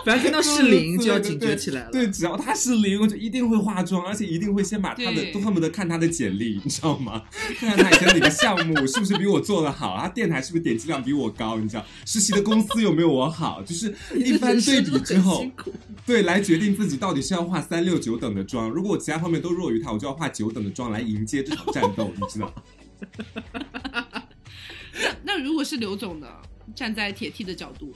Speaker 3: 反正看到是零就要警觉起来了。
Speaker 2: 嗯对，只要他是零，我就一定会化妆，而且一定会先把他的
Speaker 1: 对
Speaker 2: 都恨不得看他的简历，你知道吗？ 看看他以前哪个项目是不是比我做的好，他电台是不是点击量比我高，你知道，实习的公司有没有我好，就是一般对比 之后
Speaker 3: 你，这人生真的很辛苦
Speaker 2: 对来决定自己到底是要化三六九等的妆。如果我其他方面都弱于他，我就要化九等的妆来迎接这场战斗，你知道。
Speaker 1: 那如果是刘总呢？站在铁 T 的角度，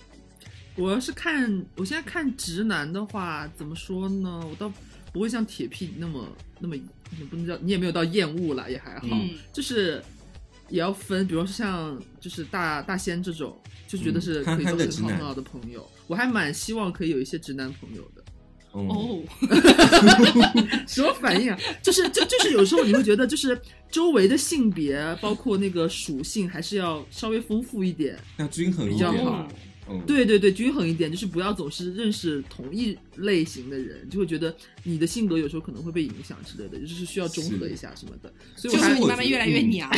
Speaker 3: 我要是看，我现在看直男的话，怎么说呢？我倒不会像铁屁那么那么，也不能叫你也没有到厌恶啦，也还好，
Speaker 1: 嗯
Speaker 3: 就是也要分，比如说像就是大大仙这种，就觉得是
Speaker 2: 嗯憨
Speaker 3: 可以
Speaker 2: 憨
Speaker 3: 做
Speaker 2: 的
Speaker 3: 很
Speaker 2: 直
Speaker 3: 好
Speaker 2: 男
Speaker 3: 很好的朋友。我还蛮希望可以有一些直男朋友的。
Speaker 2: 嗯，
Speaker 1: 哦，
Speaker 3: 什么反应啊？就是就就是有时候你会觉得，就是周围的性别，包括那个属性，还是要稍微丰富一点。
Speaker 2: 要均衡一
Speaker 3: 比较
Speaker 2: 点
Speaker 3: 好
Speaker 2: 嘛
Speaker 1: 哦。
Speaker 2: 嗯，
Speaker 3: 对对对，均衡一点，就是不要总是认识同一类型的人，就会觉得你的性格有时候可能会被影响之类的，就是需要中和一下什么的。所以
Speaker 1: 就
Speaker 3: 我还
Speaker 1: 是
Speaker 2: 我
Speaker 1: 你慢慢越来越
Speaker 2: 嗯
Speaker 1: 娘，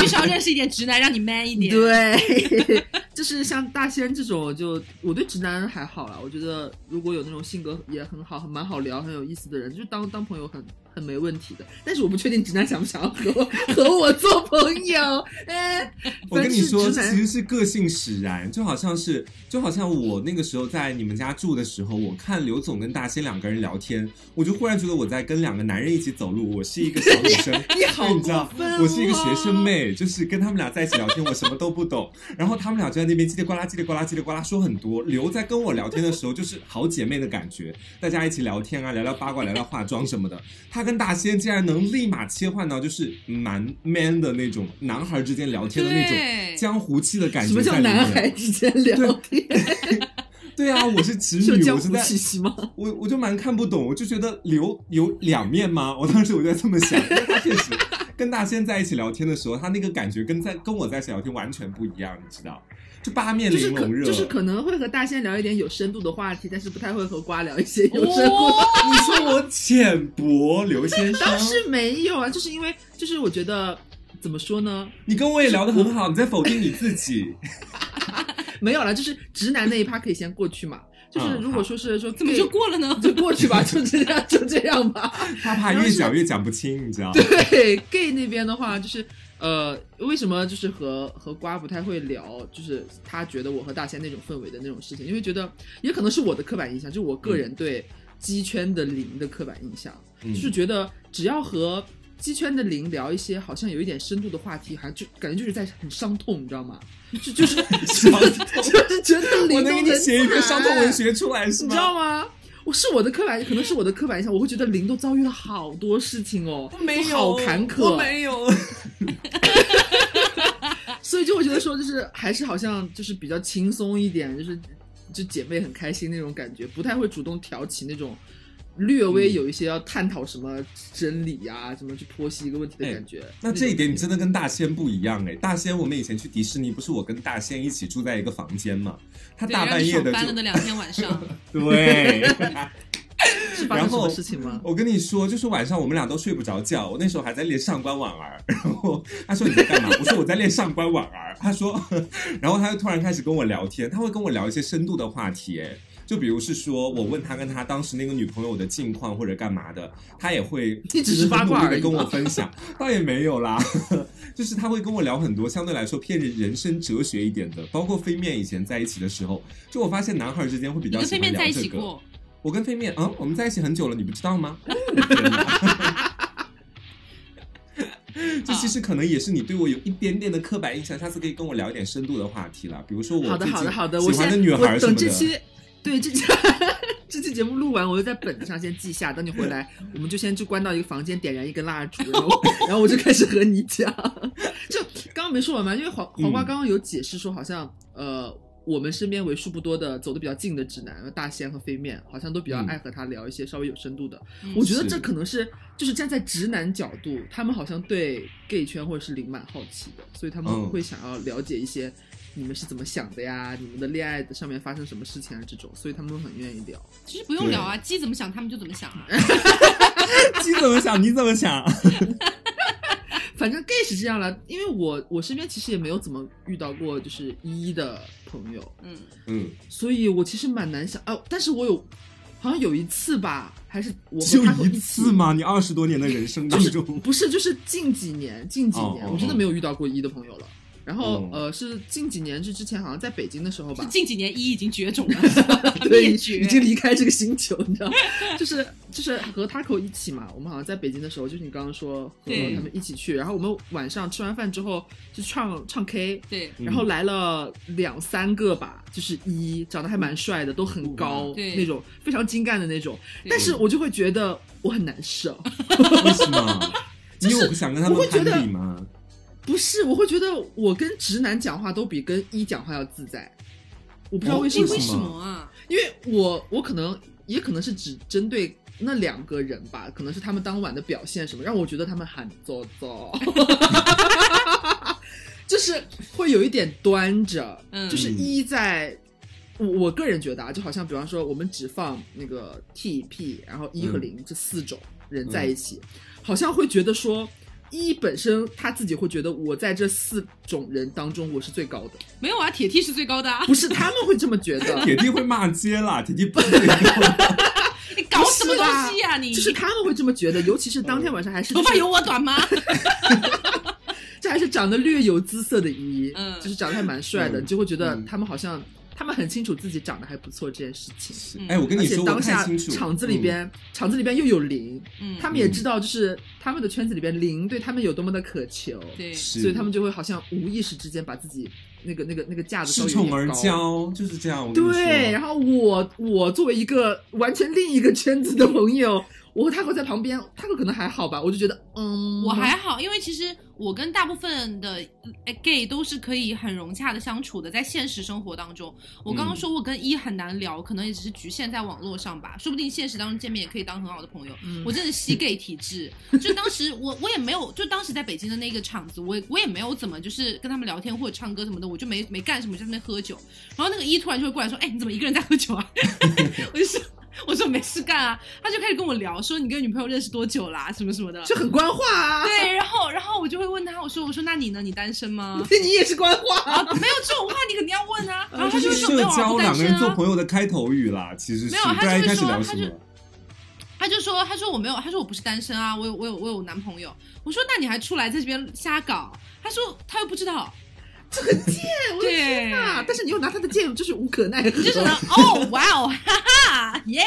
Speaker 1: 至少认识一点直男，让你 man 一点。，
Speaker 3: 对，就是像大仙这种，就我对直男还好啦，我觉得如果有那种性格也很好、很蛮好聊、很有意思的人，就当当朋友很很没问题的。但是我不确定直男想不想要和我和我做朋友。哎，
Speaker 2: 我跟你说，其
Speaker 3: 凡是直男
Speaker 2: 实是个性使然，就好像是，就好像我那个时候在你们家住的时候，我看刘总跟大仙两个人聊天，我就忽然觉得我在跟两个男人一起走路，我是一个小女生，
Speaker 3: 你好
Speaker 2: 因为你知道
Speaker 3: 过分，哦
Speaker 2: 我是一个学生妹，就是跟他们俩在一起聊天，我什么都不懂，然后他们俩就在那边叽里呱啦、叽里呱啦、叽里呱啦说很多。刘在跟我聊天的时候，就是好姐妹的感觉，大家一起聊天啊，聊聊八卦，聊聊化妆什么的。他跟大仙竟然能立马切换到就是蛮 man 的那种男孩之间聊天的那种
Speaker 1: 对
Speaker 2: 江湖气的感
Speaker 3: 什
Speaker 2: 觉
Speaker 3: 么
Speaker 2: 在
Speaker 3: 叫
Speaker 2: 里面。
Speaker 3: 男孩之间聊天？
Speaker 2: 对啊，我是直
Speaker 3: 是有
Speaker 2: 女，
Speaker 3: 江
Speaker 2: 我是
Speaker 3: 湖
Speaker 2: 在
Speaker 3: 气息吗？
Speaker 2: 我我就蛮看不懂，我就觉得刘有两面吗？我当时我就在这么想，因为他确实跟大仙在一起聊天的时候，他那个感觉跟在跟我在一起聊天完全不一样，你知道？就八面
Speaker 3: 就是
Speaker 2: 玲
Speaker 3: 可
Speaker 2: 珑热，
Speaker 3: 就是可能会和大仙聊一点有深度的话题，但是不太会和瓜聊一些有深度的
Speaker 1: 哦，
Speaker 2: 你说我浅薄，刘先生，
Speaker 3: 当时没有啊，就是因为就是我觉得怎么说呢，
Speaker 2: 你跟我也聊得很好，你在否定你自己。
Speaker 3: 没有了，就是直男那一趴可以先过去嘛。就是
Speaker 2: 嗯
Speaker 3: 如果说是说
Speaker 1: 怎么就过了呢？
Speaker 3: 就过去吧，就这样就这样 吧。
Speaker 2: 他怕越讲越讲不清，你知道？
Speaker 3: 对 gay 那边的话，就是呃，为什么就是和和瓜不太会聊，就是他觉得我和大仙那种氛围的那种事情，因为觉得也可能是我的刻板印象，就是我个人对鸡圈的零的刻板印象。
Speaker 2: 嗯
Speaker 3: 就是觉得只要和鸡圈的零聊一些好像有一点深度的话题，还就感觉就是在很伤痛，你知道吗？ 就就是就是就是觉得
Speaker 2: 我能
Speaker 3: 零都哎
Speaker 2: 给你
Speaker 3: 很
Speaker 2: 写一篇伤痛
Speaker 3: 惨
Speaker 2: 文，学出来是
Speaker 3: 你
Speaker 2: 吗？
Speaker 3: 知道吗？我是我的刻板，可能是我的刻板印象，我会觉得零都遭遇了好多事情哦，
Speaker 2: 没有，
Speaker 3: 好坎坷
Speaker 2: 我，没有。
Speaker 3: 所以就会觉得说，就是还是好像就是比较轻松一点，就是就姐妹很开心那种感觉，不太会主动挑起那种略
Speaker 2: 嗯
Speaker 3: 微有一些要探讨什么真理呀、什么去剖析一个问题的感觉。
Speaker 2: 哎那这一点你真
Speaker 3: 的
Speaker 2: 的跟大仙不一样哎、大仙，我们以前去迪士尼，不是我跟大仙一起住在一个房间嘛？他
Speaker 1: 对，
Speaker 2: 大
Speaker 1: 让
Speaker 2: 半
Speaker 1: 你
Speaker 2: 夜
Speaker 1: 爽
Speaker 2: 的
Speaker 1: 翻了的
Speaker 2: 就
Speaker 1: 两天晚 上，
Speaker 2: 对，
Speaker 3: 是发生
Speaker 2: 然
Speaker 3: 什
Speaker 2: 后
Speaker 3: 么事情
Speaker 1: 嗯
Speaker 3: 吗？
Speaker 2: 我跟你说，就是晚上我们俩都睡不着觉，我那时候还在练上官婉儿， 然后他说你在干嘛？我说我在练上官婉儿，他说， 然后他就突然开始跟我聊天，他会跟我聊一些深度的话题哎。就比如是说，我问他跟他当时那个女朋友的近况或者干嘛的，他也会
Speaker 3: 你只是八卦而
Speaker 2: 的
Speaker 3: 已
Speaker 2: 跟我
Speaker 3: 吧
Speaker 2: 分享，倒也没有啦， 就是他会跟我聊很多相对来说偏人人生哲学一点的，包括飞面以前在一起的时候，就我发现男孩之间会比
Speaker 1: 你
Speaker 2: 较
Speaker 1: 跟
Speaker 2: 喜
Speaker 1: 飞
Speaker 2: 欢
Speaker 1: 面
Speaker 2: 聊
Speaker 1: 在一
Speaker 2: 这
Speaker 1: 起
Speaker 2: 个。
Speaker 1: 过，
Speaker 2: 我跟飞面，嗯，我们在一起很久了，你不知道 吗？ 天哪这其实可能也是你对我有一点点的刻板印象，下次可以跟我聊一点深度的话题啦，比如说我
Speaker 3: 好的，
Speaker 2: 最
Speaker 3: 好的，
Speaker 2: 近
Speaker 3: 好的，我
Speaker 2: 喜
Speaker 3: 现
Speaker 2: 欢
Speaker 3: 在
Speaker 2: 的女孩
Speaker 3: 我
Speaker 2: 什么
Speaker 3: 等
Speaker 2: 的
Speaker 3: 这。期，对这期这期节目录完，我就在本上先记下，等你回来，我们就先就关到一个房间，点燃一根蜡烛， 然后然后我就开始和你讲。就刚刚没说完嘛，因为黄黄瓜
Speaker 2: 嗯
Speaker 3: 刚刚有解释说，好像呃，我们身边为数不多的走的比较近的直男，大仙和飞面，好像都比较
Speaker 2: 嗯
Speaker 3: 爱和他聊一些稍微有深度的。
Speaker 1: 嗯
Speaker 3: 我觉得
Speaker 2: 是
Speaker 3: 这可能是就是站在直男角度，他们好像对 gay 圈或者是零蛮好奇的，所以他们
Speaker 2: 嗯
Speaker 3: 会想要了解一些你们是怎么想的呀，你们的恋爱上面发生什么事情啊这种，所以他们很愿意聊。
Speaker 1: 其实不用聊啊，鸡怎么想他们就怎么想 啊。
Speaker 2: 鸡怎么想， 你怎么想？
Speaker 3: 反正 gay 是这样了，因为我我身边其实也没有怎么遇到过就是一一的朋友，
Speaker 1: 嗯，
Speaker 2: 嗯，
Speaker 3: 所以我其实蛮难想哦，但是我有好像有一次吧，还是我
Speaker 2: 就
Speaker 3: 和他和
Speaker 2: 一
Speaker 3: 起
Speaker 2: 次？吗？你二十多年的人生当中，
Speaker 3: 不是，就是近几年，近几
Speaker 2: 哦
Speaker 3: 年、
Speaker 2: 哦
Speaker 3: 我真的
Speaker 2: 哦
Speaker 3: 没有遇到过一的朋友了。然后
Speaker 2: 哦、
Speaker 3: 呃，是近几年，是之前好像在北京的时候吧
Speaker 1: 是，近几年一已经绝种了，
Speaker 3: 对，
Speaker 1: 灭
Speaker 3: 已
Speaker 1: 绝。
Speaker 3: 已经离开这个星球，你知道， 就是就是和 Taco 一起嘛，我们好像在北京的时候，就是你刚刚说和
Speaker 1: 对
Speaker 3: 他们一起去，然后我们晚上吃完饭之后就唱唱 K，
Speaker 1: 对
Speaker 3: 然后来了两三个吧，就是一长得还蛮帅的，都很高，
Speaker 1: 嗯对
Speaker 3: 那种非常精干的那种。
Speaker 1: 对
Speaker 3: 但是我就会觉得我很难受，
Speaker 2: 为什么？因为我不想跟他
Speaker 3: 我
Speaker 2: 们
Speaker 3: 会觉得
Speaker 2: 攀比吗？
Speaker 3: 不是，我会觉得我跟直男讲话都比跟一讲话要自在。我不知道
Speaker 2: 哦
Speaker 3: 为什
Speaker 1: 哎
Speaker 3: 么，
Speaker 1: 为什么啊？
Speaker 3: 因为我我可能也可能是只针对那两个人吧，可能是他们当晚的表现什么，让我觉得他们很糟糟，就是会有一点端着，
Speaker 1: 嗯
Speaker 3: 就是一在。我我个人觉得啊，就好像比方说，我们只放那个 T、P，然后一和零、这四种人在一起，好像会觉得说，一本身他自己会觉得我在这四种人当中我是最高的，
Speaker 1: 没有啊，铁 T 是最高的啊！
Speaker 3: 不是他们会这么觉得，
Speaker 2: 铁弟会骂街啦，铁弟不会 说
Speaker 1: 你搞什么东西啊你？
Speaker 3: 就是他们会这么觉得，尤其是当天晚上还是
Speaker 1: 头发
Speaker 3: 就是
Speaker 1: 有我短吗？
Speaker 3: 这还是长得略有姿色的一，
Speaker 1: 嗯
Speaker 3: 就是长得还蛮帅的，
Speaker 2: 嗯
Speaker 3: 你就会觉得
Speaker 2: 嗯
Speaker 3: 他们好像他们很清楚自己长得还不错这件事情。
Speaker 1: 嗯
Speaker 2: 哎，我跟
Speaker 3: 而
Speaker 2: 你
Speaker 3: 且
Speaker 2: 说，我
Speaker 3: 当下
Speaker 2: 太清楚，嗯
Speaker 3: 场子里边，场子里边又有零，
Speaker 1: 嗯，
Speaker 3: 他们也知道，就是他们的圈子里边零对他们有多么的渴求，
Speaker 1: 对
Speaker 2: 嗯，
Speaker 3: 所以他们
Speaker 2: 就
Speaker 3: 就会好像无意识之间把自己那个那个那个架子稍
Speaker 2: 恃
Speaker 3: 微
Speaker 2: 宠而
Speaker 3: 骄。
Speaker 2: 骄，就是这样。我跟你说
Speaker 3: 对，然后我我作为一个完全另一个圈子的朋友，我和他会在旁边，他会可能还好吧，我就觉得嗯，
Speaker 1: 我还好，因为其实我跟大部分的呃 gay 都是可以很融洽的相处的，在现实生活当中，我刚刚
Speaker 2: 嗯
Speaker 1: 说我跟一很难聊，可能也只是局限在网络上吧，说不定现实当中见面也可以当很好的朋友。
Speaker 3: 嗯
Speaker 1: 我真的 是吸 gay 体质，就当时我我也没有，就当时在北京的那个场子，我也我也没有怎么就是跟他们聊天或者唱歌什么的，我就没没干什么，就在那边喝酒。然后那个一突然就会过来说：“哎，你怎么一个人在喝酒啊？” 我就说。我说没事干啊，他就开始跟我聊，说你跟女朋友认识多久啦、什么什么的，
Speaker 3: 就很官话啊，
Speaker 1: 对，然后然后我就会问他，我说我说那你呢？你单身 吗？
Speaker 3: 对， 你也是官话啊。
Speaker 1: 啊，没有这种话你肯定要问啊。然后他
Speaker 2: 呃这
Speaker 1: 就是会说没有
Speaker 2: 社
Speaker 1: 啊，
Speaker 2: 交
Speaker 1: 我
Speaker 2: 两
Speaker 1: 单
Speaker 2: 个
Speaker 1: 身
Speaker 2: 人做
Speaker 1: 啊。
Speaker 2: 朋友的开头语啦，其实是
Speaker 1: 没有他
Speaker 2: 不然一
Speaker 1: 就会
Speaker 2: 开始
Speaker 1: 说
Speaker 2: 聊
Speaker 1: 他
Speaker 2: 什
Speaker 1: 就
Speaker 2: 么？
Speaker 1: 他就说他说我没有，他说我不是单身啊，我有我有我有男朋友。我说那你还出来在这边瞎搞？他说他又不知道，
Speaker 3: 我的
Speaker 1: 对
Speaker 3: 天哪！但是你又拿他的剑，就是无可奈何。
Speaker 1: 你就只 能哦哇哦哈哈耶，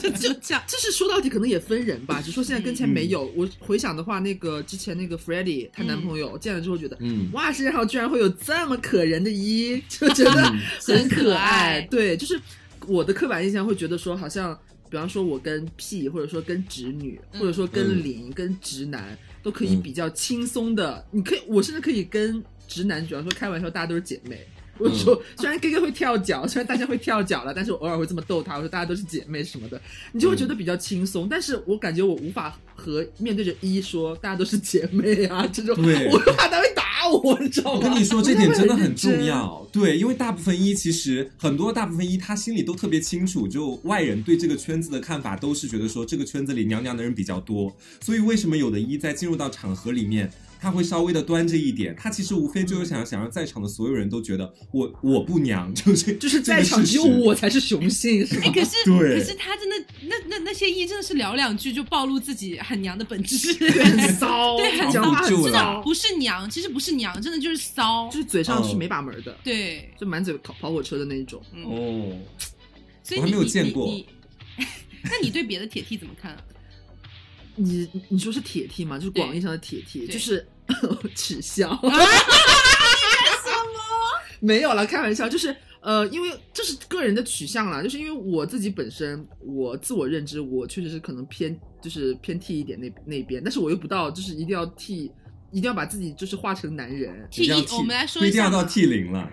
Speaker 1: 就就这样。
Speaker 3: 就是说到底，可能也分人吧。只说现在跟前
Speaker 1: 嗯
Speaker 3: 没有，我回想的话，那个之前那个 f r e d d y 她男朋友见了之后觉得，
Speaker 2: 嗯
Speaker 3: 哇，世界上居然会有这么可人的一，就觉得
Speaker 2: 嗯
Speaker 3: 很可爱。
Speaker 1: 嗯
Speaker 3: 对，就是我的刻板印象会觉得说，好像比方说我跟 P，或者说跟直女，
Speaker 1: 嗯
Speaker 3: 或者说跟
Speaker 2: 嗯
Speaker 3: 零、跟直男，都可以
Speaker 2: 嗯
Speaker 3: 比较轻松的。你可以，我甚至可以跟直男，比方说开玩笑，大家都是姐妹。我
Speaker 2: 嗯
Speaker 3: 说，虽然哥哥会跳脚，虽然大家会跳脚了，但是我偶尔会这么逗他，我说大家都是姐妹什么的，你就会觉得比较轻
Speaker 2: 嗯
Speaker 3: 松。但是我感觉我无法和面对着一说大家都是姐妹啊这种，
Speaker 2: 对
Speaker 3: 我怕他会打我，你知道吗？
Speaker 2: 我跟你说，这
Speaker 3: 现在
Speaker 2: 点
Speaker 3: 会
Speaker 2: 真的很
Speaker 3: 认
Speaker 2: 重
Speaker 3: 真。
Speaker 2: 要。对，因为大部分一其实很多大部分一他心里都特别清楚，就外人对这个圈子的看法都是觉得说这个圈子里娘娘的人比较多，所以为什么有的一在进入到场合里面，他会稍微的端着一点，他其实无非就是想想让在场的所有人都觉得我我不娘，就是
Speaker 3: 就是
Speaker 2: 这个
Speaker 3: 在场
Speaker 2: 事
Speaker 3: 只有
Speaker 2: 实
Speaker 3: 我才是雄性，是吧
Speaker 1: 哎，？ 可是
Speaker 2: 对
Speaker 1: 可是他真的那那那些一真的是聊两句就暴露自己很娘的本质，
Speaker 3: 很骚，
Speaker 1: 对很
Speaker 3: 讲话
Speaker 2: 藏不
Speaker 3: 很
Speaker 2: 住
Speaker 3: 骚
Speaker 2: 了，
Speaker 1: 不是娘，其实不是娘，真的就是骚
Speaker 3: 就。是嘴上是
Speaker 2: 嗯
Speaker 3: 没把门的，
Speaker 1: 对，
Speaker 3: 就满嘴跑跑火车的那一种。
Speaker 1: 嗯。
Speaker 2: 哦，
Speaker 1: 所以
Speaker 2: 我还
Speaker 1: 你
Speaker 2: 没有
Speaker 1: 你
Speaker 2: 见
Speaker 1: 你
Speaker 2: 过
Speaker 1: 你那你对别的铁 T 怎么看啊？
Speaker 3: 你你说是铁 T 吗？就是
Speaker 1: 对
Speaker 3: 广义上的铁 T，
Speaker 1: 对
Speaker 3: 就是 耻 笑。没有了，开玩笑，就是呃，因为这是个人的取向啦，就是因为我自己本身，我自我认知，我确实是可能偏就是偏 T 一点那那边，但是我又不到就是一定要 T，一定要把自己就是化成男人。
Speaker 1: T
Speaker 2: 一定要
Speaker 1: 一，我们来说
Speaker 2: 不
Speaker 1: 一
Speaker 2: 一定
Speaker 1: 下
Speaker 2: 要到
Speaker 1: 嘛
Speaker 2: T 零了，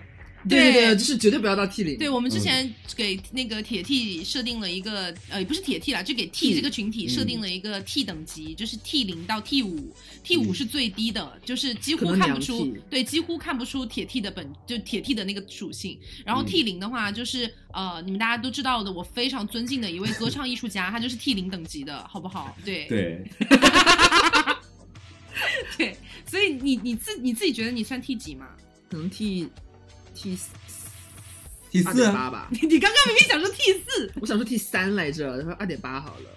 Speaker 3: 对
Speaker 1: 对
Speaker 3: 对，就是绝对不要到 T 零。
Speaker 1: 对，我们之
Speaker 2: 嗯
Speaker 1: 前给那个铁 T 设定了一个，呃，也不是铁 T 啦，就给 T 这个群
Speaker 2: 嗯
Speaker 1: 体设定了一个 T 等级，就是 T 零到 T 五，T
Speaker 2: 嗯
Speaker 1: 五是最低的，就是几乎
Speaker 3: 可能
Speaker 1: 看不
Speaker 3: 两
Speaker 1: 出
Speaker 3: T，
Speaker 1: 对，几乎看不出铁 T 的本，就铁 T 的那个属性。然后
Speaker 2: 嗯
Speaker 1: T 零的话，就是呃，你们大家都知道的，我非常尊敬的一位歌唱艺术家，他就是 T 零等级的，好不好？对
Speaker 2: 对，
Speaker 3: 哎
Speaker 1: 对，所以你你自你自己觉得你算 T 几吗？
Speaker 3: 可能 T T
Speaker 2: 第
Speaker 3: 二
Speaker 2: 四
Speaker 3: 点
Speaker 2: 啊
Speaker 3: 八吧，
Speaker 1: 你你刚刚明明想说 T 四，
Speaker 3: 我想说 T 三来着，然后二点八好了，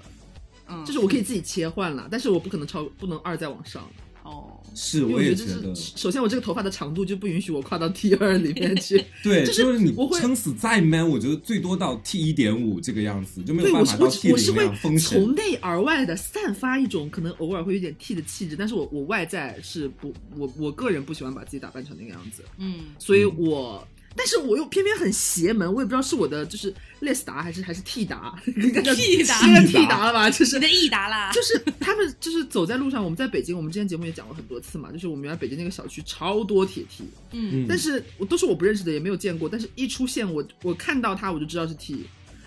Speaker 1: 嗯，
Speaker 3: 就是我可以自己切换了，但是我不可能超，不能二再往上。
Speaker 1: 哦，
Speaker 2: 是
Speaker 3: 因为
Speaker 2: 我
Speaker 3: 我
Speaker 2: 也
Speaker 3: 觉
Speaker 2: 觉
Speaker 3: 得
Speaker 2: 得
Speaker 3: 这，是，首先我这个头发的长度就不允许我跨到 T 二里 面去，
Speaker 2: 对，
Speaker 3: 就是
Speaker 2: 是你
Speaker 3: 我会
Speaker 2: 撑死再 man，我觉得最多到 T 一点五这个样子，就没有
Speaker 3: 对我
Speaker 2: 办
Speaker 3: 是
Speaker 2: 法
Speaker 3: 我
Speaker 2: 到
Speaker 3: 是
Speaker 2: T
Speaker 3: 我是
Speaker 2: 零那样
Speaker 3: 会
Speaker 2: 封神
Speaker 3: 从。内而外的散发一种可能偶尔会有点 T 的气质，但是我我外在是不，我我个人不喜欢把自己打扮成那个样子，
Speaker 1: 嗯，
Speaker 3: 所以我。但是我又偏偏很邪门，我也不知道是我的就是 less 达还是还是 T 达
Speaker 1: T 达
Speaker 3: 应该叫
Speaker 2: T
Speaker 3: T
Speaker 2: 达
Speaker 3: 达了吧？就是
Speaker 1: 你的益达啦，
Speaker 3: 就是他们就是走在路上，我们在北京，我们之前节目也讲过很多次嘛，就是我们原来北京那个小区超多铁梯，
Speaker 1: 嗯
Speaker 2: 嗯，
Speaker 3: 但是我都是我不认识的，也没有见过，但是一出现我我看到他我就知道是 T，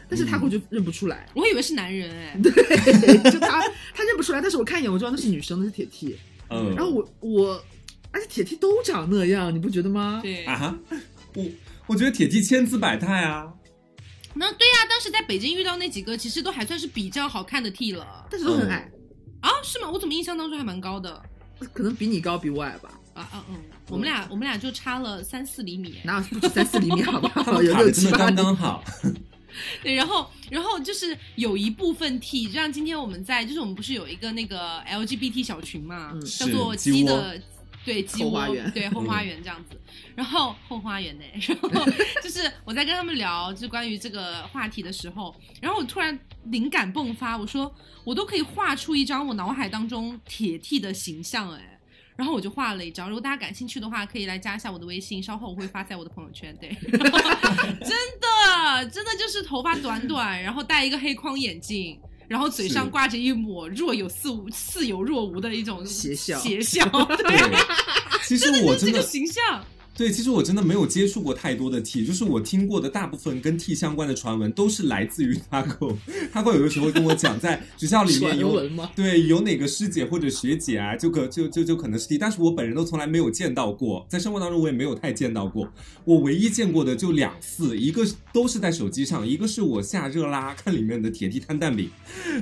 Speaker 3: 但是他我就认不出来，
Speaker 1: 我以为是男人 哎、
Speaker 3: 对， 就他他认不出来，但是我看一眼我知道那是女生，那是铁梯，
Speaker 2: 嗯，
Speaker 3: 然后我我。而且铁梯都长那样，你不觉得吗？
Speaker 1: 对，
Speaker 2: 啊哈，我我觉得铁骑千姿百态啊，
Speaker 1: 那对呀、当时在北京遇到那几个，其实都还算是比较好看的 T 了
Speaker 3: 但是都很矮，
Speaker 2: 嗯
Speaker 1: 啊？是吗？我怎么印象当中还蛮高的
Speaker 3: 可能比你高，比我矮吧？
Speaker 1: 啊啊嗯，我们俩我们俩就差了三四厘米。
Speaker 3: 哪有不止三四厘米，好不
Speaker 2: 他
Speaker 3: 好？
Speaker 2: 们
Speaker 3: 哦有
Speaker 2: 卡
Speaker 3: 六
Speaker 2: 的真的
Speaker 3: 七八
Speaker 2: 刚
Speaker 3: 厘米。
Speaker 2: 刚 好。
Speaker 1: 对，然后然后就是有一部分 T，就像今天我们在就是我们不是有一个那个 LGBT 小群嘛，
Speaker 3: 嗯
Speaker 1: 叫
Speaker 2: 是
Speaker 1: 做
Speaker 2: 鸡
Speaker 1: 鸡
Speaker 2: 窝
Speaker 1: 的。对鸡
Speaker 3: 后
Speaker 1: 窝
Speaker 3: 花园，嗯
Speaker 1: 对后花园这样子，然后后花园呢， 然后就是我在跟他们聊就关于这个话题的时候，然后我突然灵感迸发，我说我都可以画出一张我脑海当中铁 T 的形象哎，然后我就画了一张，如果大家感兴趣的话，可以来加一下我的微信，稍后我会发在我的朋友圈。 对，然后真的真的就是头发短短，然后戴一个黑框眼镜。然后嘴上
Speaker 2: 是
Speaker 1: 挂着一抹若有似无、似有若无的一种
Speaker 3: 邪笑
Speaker 1: 邪笑，
Speaker 2: 对
Speaker 1: 对，，
Speaker 2: 其实
Speaker 1: 真的
Speaker 2: 我
Speaker 1: 就是
Speaker 2: 真
Speaker 1: 这个
Speaker 2: 的
Speaker 1: 形象。
Speaker 2: 对，其实我真的没有接触过太多的 T，就是我听过的大部分跟 T 相关的传闻都是来自于 Taco。Taco 有的时候跟我讲，在学校里面
Speaker 3: 传
Speaker 2: 有
Speaker 3: 闻吗？
Speaker 2: 对有哪个师姐或者学姐啊，就可就就就可能是 T，但是我本人都从来没有见到过，在生活当中我也没有太见到过。我唯一见过的就两次，一个都是在手机上，一个是我下热拉看里面的铁 T 摊蛋饼，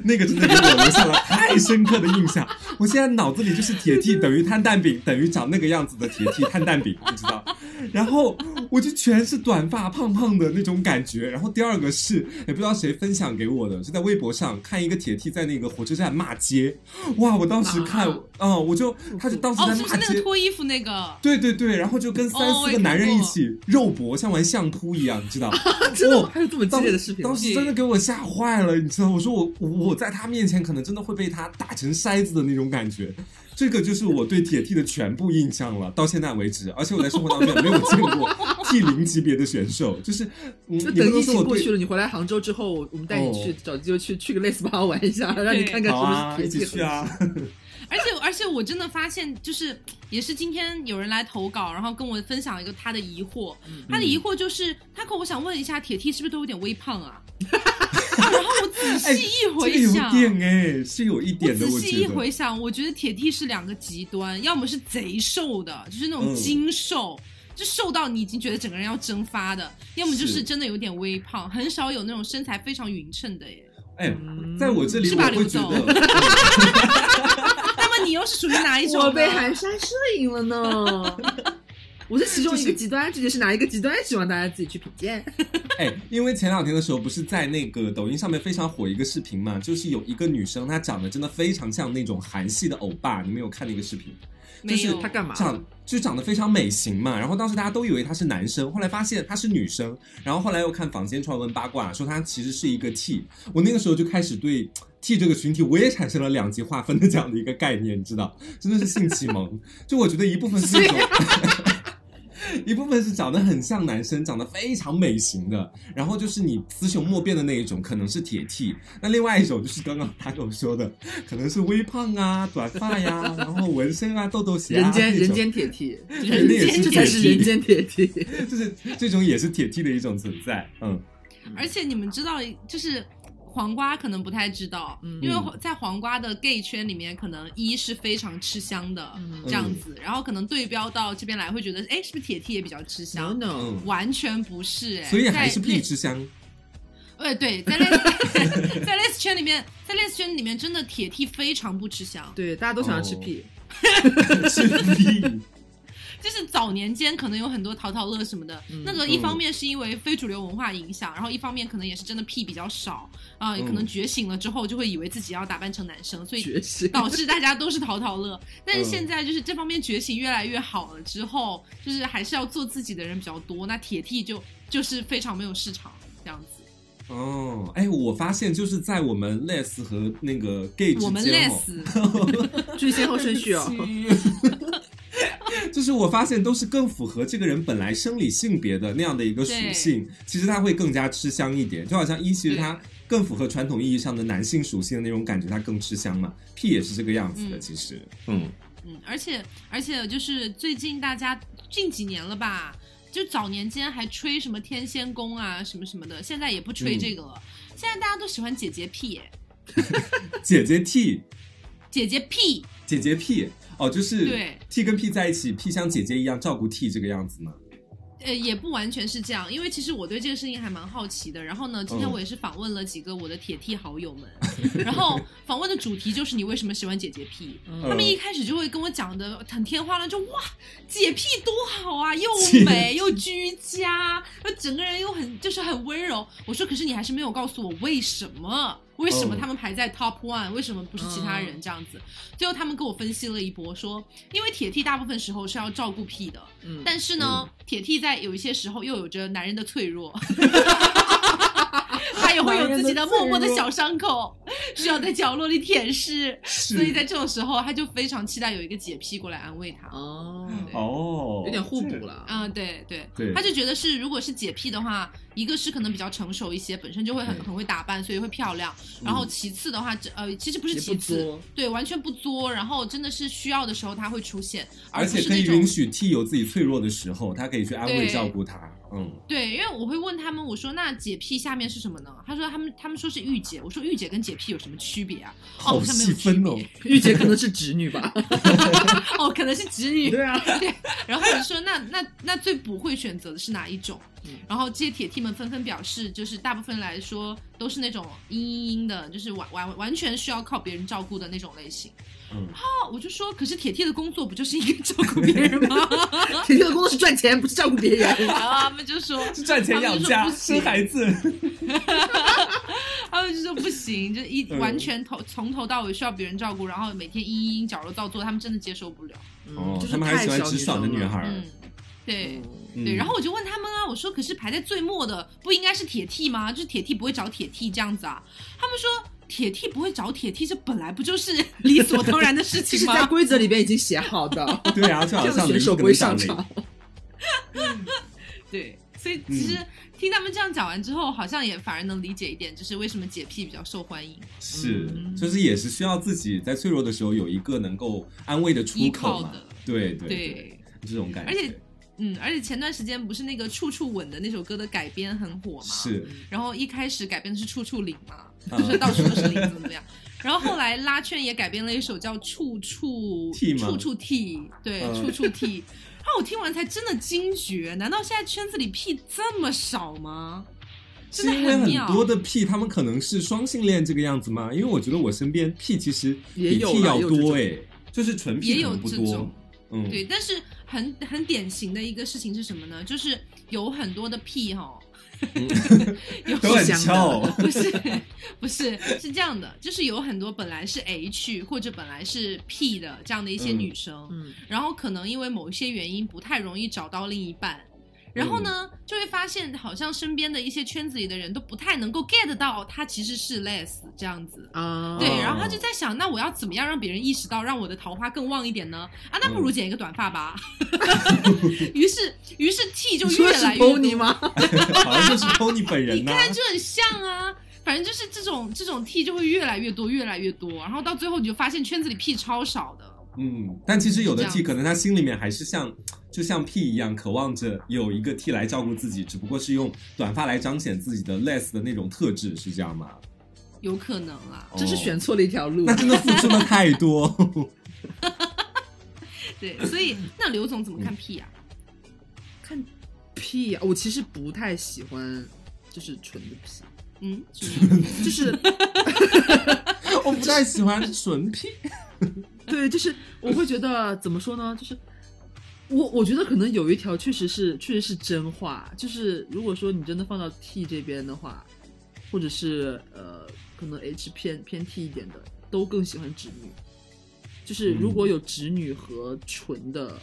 Speaker 2: 那个真的给我留下了 太深刻的印象。我现在脑子里就是铁 T 等于摊蛋饼等于长那个样子的铁 T 摊蛋饼，你知道？然后我就全是短发胖胖的那种感觉。然后第二个是也不知道谁分享给我的，是在微博上看一个铁 T 在那个火车站骂街，哇！我当时看，
Speaker 3: 啊
Speaker 2: 嗯、我就他就当时
Speaker 1: 哦，
Speaker 2: 在
Speaker 1: 是不是
Speaker 2: 骂
Speaker 1: 那个
Speaker 2: 街。
Speaker 1: 脱衣服那个？
Speaker 2: 对对对，然后就跟三
Speaker 1: 哦我
Speaker 2: 四
Speaker 1: 也看
Speaker 2: 个男人一
Speaker 1: 过
Speaker 2: 起肉搏，像玩相扑一样，你 知道？
Speaker 3: 真的吗
Speaker 2: 哦
Speaker 3: 还有这么激
Speaker 2: 当
Speaker 3: 烈的视频吗？
Speaker 2: 当时真的给我吓坏了，你知道？我说我我我在他面前可能真的会被他打成筛子的那种感觉。这个就是我对铁 T 的全部印象了，到现在为止，而且我在生活当中也没有见 过 T 零级别的选手，就是嗯，
Speaker 3: 就
Speaker 2: 也不
Speaker 3: 等
Speaker 2: 能
Speaker 3: 疫
Speaker 2: 说
Speaker 3: 情
Speaker 2: 我
Speaker 3: 过
Speaker 2: 对
Speaker 3: 去了，你回来杭州之后，我们带你去
Speaker 2: 哦
Speaker 3: 找机会去去个类似吧玩一下，让你看看
Speaker 2: 好啊，
Speaker 3: 是
Speaker 2: 一
Speaker 3: 不
Speaker 2: 起
Speaker 3: 是铁
Speaker 2: 去
Speaker 3: 铁
Speaker 2: 啊，
Speaker 1: 而且而且我真的发现，就是也是今天有人来投稿，然后跟我分享一个他的疑惑，
Speaker 2: 嗯
Speaker 1: 他的疑惑就是，他可我想问一下，铁 T 是不是都有点微胖 啊？啊然后我仔细一
Speaker 2: 这个
Speaker 1: 回
Speaker 2: 有
Speaker 1: 想，
Speaker 2: 点哎，是有一
Speaker 1: 我
Speaker 2: 点的，
Speaker 1: 仔
Speaker 2: 我
Speaker 1: 细一
Speaker 2: 觉得
Speaker 1: 回想，我觉得铁 T 是两个极端，要么是贼瘦的，就是那种
Speaker 2: 嗯
Speaker 1: 精瘦。就瘦到你已经觉得整个人要蒸发的，要么就是是真的有点微胖，很少有那种身材非常匀称的耶。
Speaker 2: 哎，
Speaker 3: 嗯
Speaker 2: 在我这里
Speaker 1: 是
Speaker 2: 我
Speaker 1: 吧
Speaker 2: 会
Speaker 1: 刘
Speaker 2: 觉
Speaker 1: 总
Speaker 2: 得。
Speaker 1: 那么你又是属于哪一种呢？
Speaker 3: 我被寒山摄影了呢。 我是其中一个极端，这就是哪一个极端，希望大家自己去品鉴。
Speaker 2: 哎，因为前两天的时候，不是在那个抖音上面非常火一个视频嘛，就是有一个女生，她长得真的非常像那种韩系的欧巴，你们有看那个视频？
Speaker 1: 没
Speaker 2: 就是
Speaker 1: 有
Speaker 3: 他干嘛？
Speaker 2: 长就长得非常美型嘛，然后当时大家都以为她是男生，后来发现她是女生，然后后来又看坊间传闻八卦说她其实是一个 T，我那个时候就开始对 T 这个群体我也产生了两极划分的这样的一个概念，你知道，真的是性启蒙，就我觉得一部分是那种。 一部分是长得很像男生，长得非常美型的，然后就是你雌雄莫辨的那一种，可能是铁 T；那另外一种就是刚刚他跟我说的，可能是微胖啊、短发呀、然后纹身啊、豆豆鞋啊，
Speaker 3: 人间
Speaker 2: 那种
Speaker 3: 人间铁 T，
Speaker 2: 人间铁
Speaker 3: 这才是人间铁 T。
Speaker 2: 就是这种也是铁 T 的一种存在。嗯，
Speaker 1: 而且你们知道，就是黄瓜可能不太知道，
Speaker 3: 嗯
Speaker 1: 因为在黄瓜的 gay 圈里面，可能一是非常吃香的、
Speaker 3: 嗯
Speaker 1: 这样子，然后可能对标到这边来会觉得，哎，是不是铁 T 也比较吃
Speaker 3: no
Speaker 1: 香？
Speaker 3: no，
Speaker 2: 嗯
Speaker 1: 完全不是、哎，
Speaker 2: 所以还是
Speaker 1: 在类
Speaker 2: 屁之乡。
Speaker 1: 哎，对，在 les 在 les 圈里面，在 les 圈里面，真的铁 T 非常不吃香。
Speaker 3: 对，大家都想要吃
Speaker 2: 哦
Speaker 3: 屁。
Speaker 2: 是屁，
Speaker 1: 就是早年间可能有很多淘淘乐什么的，
Speaker 3: 嗯
Speaker 1: 那个一方面是因为非主流文化影响，然后一方面可能也是真的屁比较少啊、
Speaker 2: 嗯
Speaker 1: 可能觉醒了之后就会以为自己要打扮成男生，所以
Speaker 3: 觉醒，
Speaker 1: 导致大家都是淘淘 乐。但是
Speaker 2: 嗯
Speaker 1: 现在就是这方面觉醒越来越好了之后，就是还是要做自己的人比较多，那铁 T 就就是非常没有市场这样子。
Speaker 2: 哦，哎，我发现就是在我们 les 和那个 gay 之
Speaker 1: 我们
Speaker 2: 间哦，
Speaker 1: less
Speaker 3: 注意先后顺 序哦。
Speaker 2: 就是我发现都是更符合这个人本来生理性别的那样的一个属性，其实他会更加吃香一点。就好像一，其实他更符合传统意义上的男性属性的那种感觉，他更吃香嘛。P 也是这个样子的，
Speaker 1: 嗯
Speaker 2: 其实，嗯，
Speaker 1: 嗯，而且而且就是最近大家近几年了吧，就早年间还吹什么天仙宫啊什么什么的，现在也不吹这个了。现在大家都喜欢姐姐屁耶，
Speaker 2: 姐姐 T，
Speaker 1: 姐姐屁，
Speaker 2: 姐姐 P，哦，就是
Speaker 1: 对
Speaker 2: T 跟 P 在一起，P 像姐姐一样照顾 T 这个样子嘛。
Speaker 1: 呃，也不完全是这样，因为其实我对这个事情还蛮好奇的。然后呢，今天
Speaker 2: 嗯
Speaker 1: 我也是访问了几个我的铁 T 好友们， 然后访问的主题就是你为什么喜欢姐姐屁。
Speaker 2: 嗯
Speaker 1: 他们一开始就会跟我讲的很天花乱坠，哇，姐屁多好啊，又
Speaker 2: 姐
Speaker 1: 美又居家，那整个人又很就是很温柔。我说，可是你还是没有告诉我为什么，为什么
Speaker 2: 嗯
Speaker 1: 他们排在 top one，为什么不是其他人这样子？最后他们给我分析了一波，说因为铁 T 大部分时候是要照顾屁的，
Speaker 3: 嗯，
Speaker 1: 但是呢，铁 T 在有一些时候又有着男人的脆弱，他也会有自己的默默的小伤口，需要在角落里舔舐。
Speaker 2: 是
Speaker 1: 所以在这种时候，他就非常期待有一个姐屁过来安慰他。
Speaker 3: 哦，
Speaker 2: 哦，
Speaker 3: 有点互补了。
Speaker 1: 嗯，对对，
Speaker 2: 对
Speaker 1: 他就觉得是，如果是姐屁的话，一个是可能比较成熟一些，本身就会很
Speaker 2: 对
Speaker 1: 很会打扮，所以会漂亮。
Speaker 2: 嗯
Speaker 1: 然后其次的话，这呃，其实不是
Speaker 3: 也不
Speaker 1: 其次
Speaker 3: 作，
Speaker 1: 对，完全不作。然后真的是需要的时候他会出现，
Speaker 2: 而
Speaker 1: 不
Speaker 2: 且
Speaker 1: 是
Speaker 2: 可以
Speaker 1: 那种
Speaker 2: 允许 T 有自己脆弱的时候，他可以去安慰
Speaker 1: 对哦
Speaker 2: 照顾他。嗯，
Speaker 1: 对，因为我会问他们，我说那解屁下面是什么呢？他说他们他们说是御姐，我说御姐跟解屁有什么区别啊？
Speaker 2: 好
Speaker 1: 像没有
Speaker 2: 细分哦
Speaker 1: 区别。
Speaker 3: 玉姐可能是侄女吧？
Speaker 1: 哦，可能是侄女。
Speaker 3: 啊，
Speaker 1: 然后我就说那那那最不会选择的是哪一种
Speaker 3: 嗯？
Speaker 1: 然后这些铁 T 们纷纷表示，就是大部分来说都是那种嘤嘤嘤的，就是完完完全需要靠别人照顾的那种类型。
Speaker 2: 嗯
Speaker 1: 啊，我就说，可是铁 T 的工作不就是应该照顾别人吗？
Speaker 3: 铁铁的工作是赚钱，不是照顾别人。
Speaker 1: 然后他们就说，
Speaker 2: 是赚
Speaker 1: 钱养家他们就说不行生孩
Speaker 2: 子。
Speaker 1: 他们就说不行，就一
Speaker 2: 嗯
Speaker 1: 完全头从头到尾需要别人照顾，然后每天嘤嘤嘤角落造作，他们真的接受不了。
Speaker 2: 哦
Speaker 3: 嗯，就，是
Speaker 2: 他们还
Speaker 3: 太
Speaker 2: 喜欢
Speaker 3: 小
Speaker 2: 直爽的
Speaker 3: 女
Speaker 2: 女
Speaker 3: 生了
Speaker 2: 孩。儿。
Speaker 1: 嗯，对。
Speaker 3: 嗯
Speaker 2: 嗯
Speaker 1: 对，然后我就问他们啊，我说可是排在最末的不应该是铁 T 吗？就是铁 T 不会找铁 T 这样子啊？他们说铁 T 不会找铁 T，这本来不就是 理所当然的事
Speaker 3: 这
Speaker 1: 情
Speaker 3: 是在
Speaker 1: 吗？
Speaker 3: 规则里边已经写好的，
Speaker 2: 对啊，就
Speaker 3: 这
Speaker 2: 好
Speaker 3: 样的
Speaker 2: 像
Speaker 3: 选
Speaker 2: 林
Speaker 3: 手
Speaker 2: 不
Speaker 3: 不
Speaker 2: 可能
Speaker 3: 会上
Speaker 2: 上林
Speaker 3: 场。
Speaker 1: 对，所以
Speaker 2: 嗯
Speaker 1: 其实听他们这样讲完之后，好像也反而能理解一点，就是为什么解 P 比较受欢迎。
Speaker 2: 是
Speaker 3: 嗯，
Speaker 2: 就是也是需要自己在脆弱的时候有一个能够安慰的出口
Speaker 1: 依靠
Speaker 2: 嘛
Speaker 1: 的。
Speaker 2: 对对
Speaker 1: 对，
Speaker 2: 这种感觉。
Speaker 1: 而且嗯，而且前段时间不是那个《处处吻》的那首歌的改编很火嘛？
Speaker 2: 是，
Speaker 1: 然后一开始改编的是《处处领》嘛，
Speaker 2: 啊
Speaker 1: 就是到处都是领，怎么怎么样。然后后来拉圈也改编了一首叫《处处
Speaker 2: T 吗
Speaker 1: 处处 T，对，
Speaker 2: 嗯
Speaker 1: 处处 T。然后我听完才真的惊觉，难道现在圈子里屁这么少吗？真
Speaker 2: 是
Speaker 1: 的
Speaker 2: 因为
Speaker 1: 很
Speaker 2: 很
Speaker 1: 妙
Speaker 2: 多的 P 他们可能是双性恋这个样子吗？因为我觉得我身边 P 其实
Speaker 3: 也
Speaker 2: 比
Speaker 3: 有
Speaker 2: T
Speaker 3: 啦
Speaker 2: 要
Speaker 3: 也有这
Speaker 2: 多
Speaker 3: 种
Speaker 2: 哎，就是纯 P
Speaker 1: 也
Speaker 2: 可
Speaker 1: 有
Speaker 2: 能不
Speaker 1: 这
Speaker 2: 多
Speaker 1: 种。
Speaker 2: 嗯，
Speaker 1: 对，但是很很典型的一个事情是什么呢？就是有很多的屁哈、 有
Speaker 2: 嗯 都很
Speaker 3: 香的
Speaker 2: 翘。
Speaker 1: 不是， 不是，是这样的，就是有很多本来是 H 或者本来是 P 的这样的一些
Speaker 2: 嗯
Speaker 1: 女生，
Speaker 3: 嗯，
Speaker 1: 然后可能因为某一些原因不太容易找到另一半，然后呢，
Speaker 3: 嗯
Speaker 1: 就会发现好像身边的一些圈子里的人都不太能够 get 到他其实是 less 这样子。
Speaker 3: 啊，
Speaker 1: 对，
Speaker 2: 哦
Speaker 1: 然后他就在想，那我要怎么样让别人意识到，让我的桃花更旺一点呢？啊，那不
Speaker 3: 嗯
Speaker 1: 如剪一个短发 吧。于是，于是 T 就
Speaker 3: 你说
Speaker 1: 越
Speaker 3: 的是
Speaker 1: 来越
Speaker 3: pony
Speaker 1: 多。
Speaker 3: 吗？
Speaker 2: 好像就是 Tony 本人
Speaker 1: 你
Speaker 2: 呐、
Speaker 1: 看就很像啊。反正就是这种这种 T 就会越来越多，越来越多，然后到最后你就发现圈子里屁超少的。
Speaker 2: 嗯，但其实有的
Speaker 1: 这
Speaker 2: T
Speaker 1: 样
Speaker 2: 可能他心里面还是像就像 P 一样，渴望着有一个 T 来照顾自己，只不过是用短发来彰显自己的 less 的那种特质，是这样吗？哦
Speaker 1: 有可能啊啦，
Speaker 3: 真是选错了一条路
Speaker 2: 那。真的付出了太 多。
Speaker 1: 对，所以那刘总怎么看 P 呀、
Speaker 3: 看屁呀、我其实不太喜欢，就是纯的屁，
Speaker 1: 嗯，
Speaker 3: 就是
Speaker 2: 我不太喜欢纯 P，
Speaker 3: 对，就是我会觉得怎么说呢？就是我我觉得可能有一条确实是确实是真话，就是如果说你真的放到 T 这边的话，或者是呃可能 H 偏偏 T 一点的，都更喜欢直女。就是如果有直女和纯的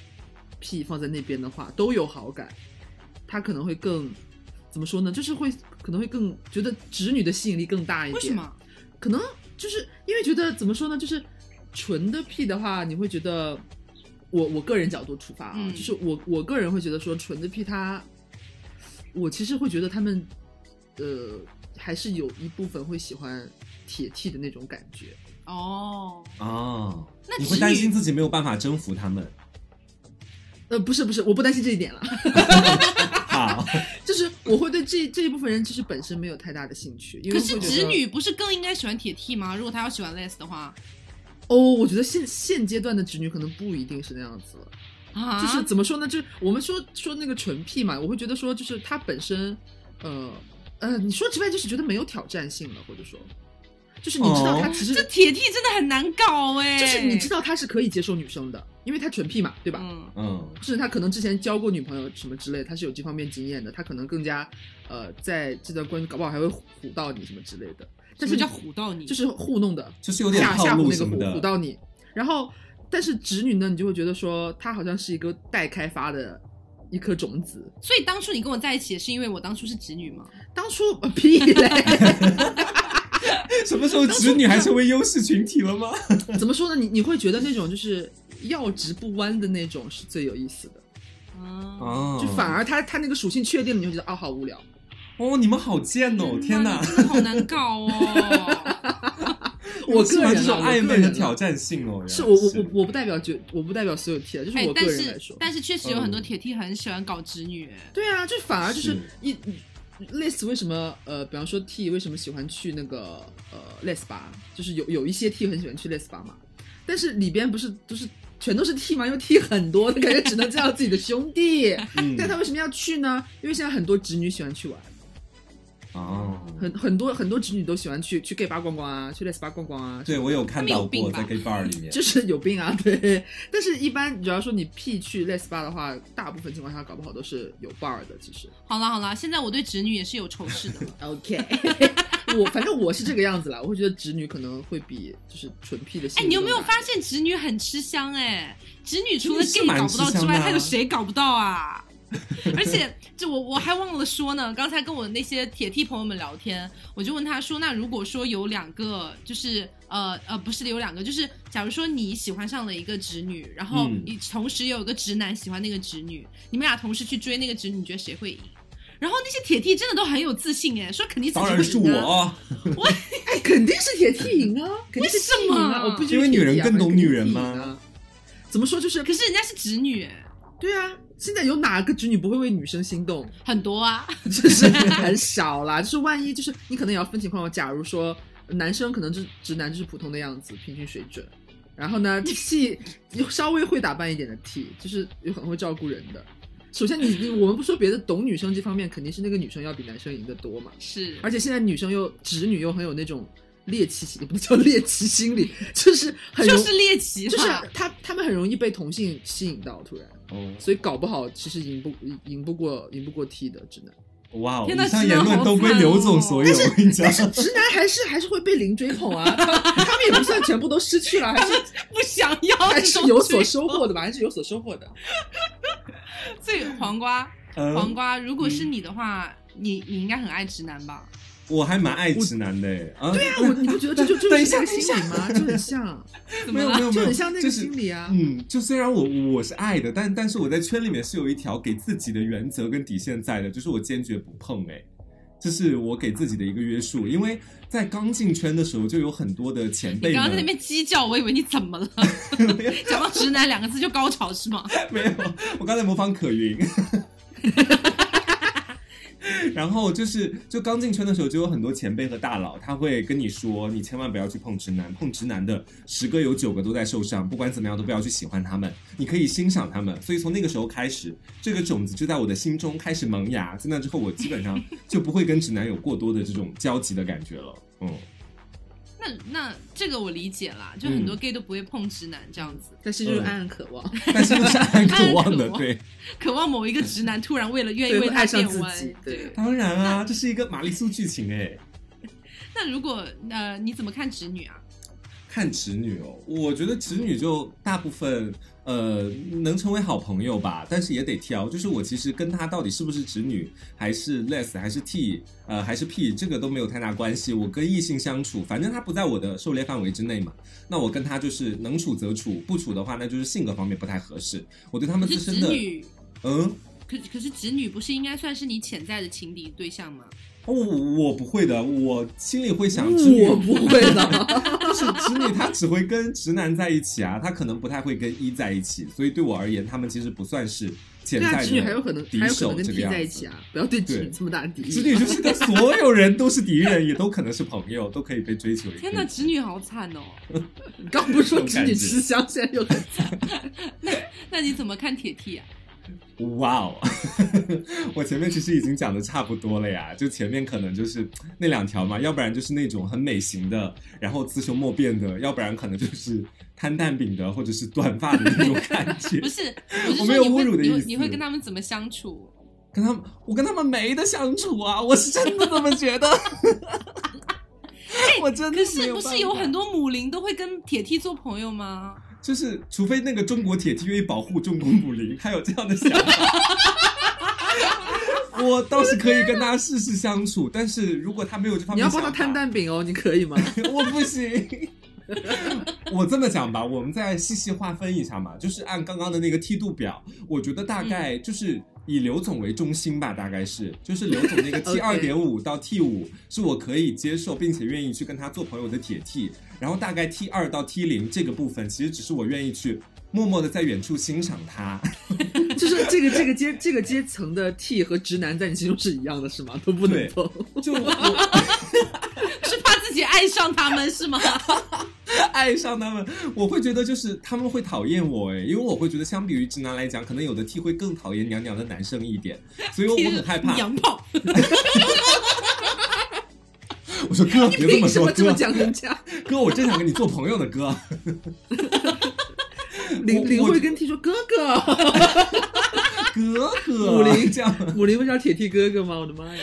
Speaker 3: P 放在那边的话，都有好感，他可能会更怎么说呢？就是会可能会更觉得直女的吸引力更大一点。
Speaker 1: 为什么？
Speaker 3: 可能就是因为觉得怎么说呢，就是纯的 P 的话，你会觉得我我个人角度出发啊，
Speaker 1: 嗯
Speaker 3: 就是我我个人会觉得说纯的 P 他，我其实会觉得他们呃还是有一部分会喜欢铁 T 的那种感觉。
Speaker 1: 哦，
Speaker 2: 哦，
Speaker 1: 那
Speaker 2: 你
Speaker 1: 直
Speaker 2: 会
Speaker 1: 女
Speaker 2: 担心自己没有办法征服他们。
Speaker 3: 呃，不是不是，我不担心这 一点了，
Speaker 2: 好，
Speaker 3: 就是我会对这这一部分人其实本身没有太大的兴趣，因为
Speaker 1: 可
Speaker 3: 会
Speaker 1: 是
Speaker 3: 觉
Speaker 1: 直
Speaker 3: 得
Speaker 1: 女不是更应该喜欢铁 T 吗？如果她要喜欢 less 的话，
Speaker 3: 哦，我觉得现现阶段的直女可能不一定是那样子了。
Speaker 1: 啊，
Speaker 3: 就是怎么说呢？就是我们说说那个纯 P 嘛，我会觉得说，就是它本身，呃呃，你说直白就是觉得没有挑战性了，或者说，就是你知道它其实、
Speaker 1: 哦这铁 T 真的很难搞哎、
Speaker 3: 就是你知
Speaker 1: 道，
Speaker 3: 道它是可以接受女生的，因为它纯 P 嘛，对吧？
Speaker 1: 嗯，
Speaker 2: 嗯，
Speaker 3: 甚至他可能之前交过女朋友什么之类，他是有这方面经验的，他可能更加，呃，在这段关系搞不好还会唬到你什么之类的。
Speaker 1: 什
Speaker 3: 但
Speaker 1: 么
Speaker 3: 是
Speaker 1: 叫唬到你？
Speaker 3: 就是糊弄的，
Speaker 2: 就是有点
Speaker 3: 吓
Speaker 2: 套
Speaker 3: 吓唬
Speaker 2: 路
Speaker 3: 那个
Speaker 2: 什么的
Speaker 3: 唬唬到你。然后，但是直女呢，你就会觉得说她好像是一个待开发的一颗种子。
Speaker 1: 所以当初你跟我在一起也是因为我当初是直女吗？
Speaker 3: 当初 呃屁嘞，
Speaker 2: 什么时候直女还成为优势群体了吗？
Speaker 3: 怎么说呢？你你会觉得那种就是要直不弯的那种是最有意思的，
Speaker 1: 啊，
Speaker 2: 哦，
Speaker 3: 就反而她她那个属性确定了，你会觉得啊好无聊。
Speaker 2: 哦，你们好贱
Speaker 3: 嗯
Speaker 2: 哦！天
Speaker 1: 哪，
Speaker 2: 哪
Speaker 1: 嗯你，真的好难搞哦。
Speaker 3: 我
Speaker 2: 喜
Speaker 3: 个
Speaker 2: 欢
Speaker 3: 人
Speaker 2: 这种
Speaker 3: 啊
Speaker 2: 暧昧
Speaker 3: 我个
Speaker 2: 和
Speaker 3: 人啊
Speaker 2: 挑战性哦，原来
Speaker 3: 是我我我我不代表绝我不代表所有 T 啊， 就是
Speaker 1: 哎
Speaker 3: 我，个
Speaker 1: 但
Speaker 3: 人来
Speaker 1: 是
Speaker 3: 说。
Speaker 1: 但是确实有很多
Speaker 2: 嗯
Speaker 1: 铁 T 很喜欢搞直女，哎
Speaker 3: 对啊，就反而就是
Speaker 2: 是
Speaker 3: 一 less 为什么呃，比方说 T 为什么喜欢去那个呃 less 吧，就是有有一些 T 很喜欢去 less 吧嘛，但是里边不是都是全都是 T 嘛，因为 T 很多，他感觉只能介绍自己的兄弟。
Speaker 2: 嗯
Speaker 3: 但他为什么要去呢？因为现在很多直女喜欢去玩，
Speaker 2: 哦，
Speaker 3: 很很多很多直女都喜欢去去 gay 吧逛逛啊，去 less 吧逛逛啊，
Speaker 2: 对我有
Speaker 1: 他
Speaker 2: 看到
Speaker 1: 们有
Speaker 2: 过
Speaker 1: 病吧
Speaker 2: 在 gay bar 里面，
Speaker 3: 就是有病啊，对。但是，一般只要说你 P 去 less 吧的话，大部分情况下搞不好都是有 bar 的，其实。
Speaker 1: 好了好了，现在我对直女也是有仇视的了。
Speaker 3: OK，我反正我是这个样子啦，我会觉得直女可能会比就是纯 P 的。
Speaker 1: 哎，你有没有发？现直女很吃香、哎，直女除了
Speaker 2: 直
Speaker 1: gay
Speaker 2: 女是蛮
Speaker 1: 搞不到之外，
Speaker 2: 吃香的啊
Speaker 1: 还有谁搞不到啊？ 而且，这我我还忘了说呢。刚才跟我那些铁 T 朋友们聊天，我就问他说：“那如果说有两个，就是呃呃，不是有两个，就是假如说你喜欢上了一个直女，然后
Speaker 2: 嗯
Speaker 1: 你同时有一个直男喜欢那个直女，你们俩同时去追那个直女，你觉得谁会赢？”然后那些铁 T 真的都很有自信哎，说肯定自己
Speaker 2: 当
Speaker 1: 会赢、
Speaker 2: 然是我，啊
Speaker 3: 哎，肯定是铁 T 赢啊，肯定是 T 赢
Speaker 1: 为什
Speaker 3: 啊，
Speaker 1: 么
Speaker 3: 我不觉得
Speaker 2: 因为女人更懂女人
Speaker 3: 嘛。
Speaker 2: 嘛
Speaker 3: 肯定是 T 赢啊怎么说就是
Speaker 1: 可是人家是直女哎，
Speaker 3: 对啊，现在有哪个直女不会为女生心动？
Speaker 1: 很多啊。
Speaker 3: 就是很少啦，就是万一就是你可能也要分情况，哦假如说男生可能就是直男就是普通的样子，平均水准。然后呢，T 又稍微会打扮一点的 T，就是有很会照顾人的。首先你，你我们不说别的，懂女生这方面肯定是那个女生要比男生赢得多嘛。
Speaker 1: 是，
Speaker 3: 而且现在女生又直女又很有那种猎奇心，也不能叫猎奇心理，就是很容
Speaker 1: 就是猎奇
Speaker 3: 就是
Speaker 1: 化
Speaker 3: 她她们很容易被同性吸引到，突然，
Speaker 2: 哦，
Speaker 3: 所以搞不好其实赢不赢不过赢不过 T 的直男。
Speaker 2: 哇哦，
Speaker 1: 天哪
Speaker 2: 以上言论都归刘总所有，我跟你讲，
Speaker 1: 哦
Speaker 3: 直男还是还是会被零追捧啊，他他们也不算全部都失去了， 还是
Speaker 1: 不想要
Speaker 3: 还
Speaker 1: 这
Speaker 3: 是
Speaker 1: 种
Speaker 3: 有所
Speaker 1: 追
Speaker 3: 收获的吧，还是有所收获的。
Speaker 1: 所以黄瓜黄
Speaker 2: 嗯，
Speaker 1: 瓜，如果是你的话，你你应该很爱直男吧？
Speaker 2: 我还蛮爱直男的诶啊。对
Speaker 3: 对啊，我你不觉得这就就
Speaker 2: 等一
Speaker 3: 是
Speaker 2: 下
Speaker 3: 那个心理 吗？就很像，
Speaker 1: 怎么
Speaker 2: 没有没
Speaker 1: 了？
Speaker 2: 有没
Speaker 3: 就
Speaker 2: 有，
Speaker 3: 很像那
Speaker 2: 就
Speaker 3: 个
Speaker 2: 是
Speaker 3: 心理啊。
Speaker 2: 嗯，就虽然我我是爱的，但但是我在圈里面是有一条给自己的原则跟底线在的，就是我坚决不碰哎、这是我给自己的一个约束，因为在刚进圈的时候就有很多的前辈
Speaker 1: 你
Speaker 2: 们，
Speaker 1: 刚刚在那边鸡叫，我以为你怎 么了？讲到直男两个字就高潮是吗？
Speaker 2: 没有，我刚才模仿可云。 然后就是，就刚进圈的时候，就有很多前辈和大佬，他会跟你说，你千万不要去碰直男，碰直男的十个有九个都在受伤，不管怎么样都不要去喜欢他们，你可以欣赏他们。所以从那个时候开始，这个种子就在我的心中开始萌芽。在那之后，我基本上就不会跟直男有过多的这种交集的感觉了。嗯，
Speaker 1: 那那这个我理解啦，就
Speaker 2: 嗯
Speaker 1: 很多 gay 都不会碰直男这样子，
Speaker 3: 但是就是暗暗渴望，
Speaker 2: 但是又是很渴望
Speaker 1: 很，
Speaker 2: 的
Speaker 1: 渴望
Speaker 2: 对，
Speaker 1: 渴望某一个直男突然为了愿意
Speaker 3: 对，会
Speaker 1: 为他
Speaker 3: 爱上
Speaker 1: 变
Speaker 3: 自
Speaker 1: 弯
Speaker 3: 己。，对，
Speaker 2: 当然啊，这是一个玛丽苏剧情哎、
Speaker 1: 那如果呃，你怎么看直女啊？
Speaker 2: 看直女哦，我觉得直女就大部分呃能成为好朋友吧，但是也得挑，就是我其实跟她到底是不是直女，还是 less，还是 t，呃还是 p，这个都没有太大关系。我跟异性相处，反正她不在我的狩猎范围之内嘛，那我跟她就是能处则处，不处的话那就是性格方面不太合适。我对他们
Speaker 1: 可
Speaker 2: 自
Speaker 1: 是
Speaker 2: 身
Speaker 1: 直
Speaker 2: 的
Speaker 1: 女，
Speaker 2: 嗯。
Speaker 1: 可可是直女不是应该算是你潜在的情敌对象吗？
Speaker 2: 哦，我不会的，我心里会想，直女
Speaker 3: 嗯我不 会的，
Speaker 2: 就是直女，她只会跟直男在一起啊，她可能不太会跟一在一起，所以对我而言，他们其实不算是潜
Speaker 3: 对
Speaker 2: 在
Speaker 3: 啊，
Speaker 2: 的
Speaker 3: 直女还有可能
Speaker 2: 敌
Speaker 3: 还有可
Speaker 2: 手
Speaker 3: 能跟
Speaker 2: 这
Speaker 3: T
Speaker 2: 个样
Speaker 3: 在一
Speaker 2: 子。
Speaker 3: 起啊，不要对直
Speaker 2: 对
Speaker 3: 女这么大的敌意。
Speaker 2: 直女就是跟所有人都是敌人，也都可能是朋友，都可以被追求。
Speaker 1: 天哪，直女好惨哦！
Speaker 3: 你刚不是说直女吃香，现在又 很
Speaker 2: 哎
Speaker 1: 那你怎么看铁 T 啊？
Speaker 2: 哇哦！ 我前面其实已经讲的差不多了呀，就前面可能就是那两条嘛，要不然就是那种很美型的，然后雌雄莫辨的，要不然可能就是摊蛋饼的，或者是短发的那种感觉
Speaker 1: 不。是，我是
Speaker 2: 我没
Speaker 1: 说
Speaker 2: 有
Speaker 1: 你会
Speaker 2: 侮辱的
Speaker 1: 你
Speaker 2: 意
Speaker 1: 会
Speaker 2: 思
Speaker 1: 你会跟他们怎么相处？
Speaker 2: 跟他们，我跟他们没得相处啊！我是真的这么觉 得。我真的
Speaker 1: 可是
Speaker 2: 没
Speaker 1: 不
Speaker 2: 办
Speaker 1: 是
Speaker 2: 法
Speaker 1: 有很，多母灵都会跟铁 T 做朋友吗？
Speaker 2: 就是除非那个中国铁 T 愿意保护中国武林，他有这样的想法。 我倒是可以跟他试试相处，但是如果他没有这方
Speaker 3: 你
Speaker 2: 面
Speaker 3: 要
Speaker 2: 想
Speaker 3: 帮
Speaker 2: 法，
Speaker 3: 他摊蛋饼哦，你可以吗？
Speaker 2: 我不行。我这么讲吧，我们再细细划分一下嘛，就是按刚刚的那个梯度表，我觉得大概就是以刘总为中心吧，大概是，就是刘总那个 T 二
Speaker 3: OK
Speaker 2: 点五到 T 五是我可以接受并且愿意去跟他做朋友的铁 T，然后大概 T 二到 T 零这个部分，其实只是我愿意去默默的在远处欣赏他。
Speaker 3: 就是这个这个阶这个阶层的 T 和直男在你心中是一样的，是吗？都不能
Speaker 2: 对
Speaker 3: 碰。
Speaker 2: 就我
Speaker 1: 是怕自己爱上他们是吗？
Speaker 2: 爱上他们，我会觉得就是他们会讨厌我哎，因为我会觉得相比于直男来讲，可能有的 T 会更讨厌娘娘的男生一 点，所以 我很 害怕。嗯
Speaker 1: 娘炮，
Speaker 2: 我说哥， 别这么
Speaker 3: 嗯凭什
Speaker 2: 说，
Speaker 3: 么这么
Speaker 2: 哥
Speaker 3: 讲人家？
Speaker 2: 哥，我真想跟你做朋友的哥。我
Speaker 3: 林林
Speaker 2: 我
Speaker 3: 会跟 T 说哥 哥，
Speaker 2: 哥哥，
Speaker 3: 武林
Speaker 2: 这样，
Speaker 3: 武林不是叫铁 T 哥哥吗？我的妈呀！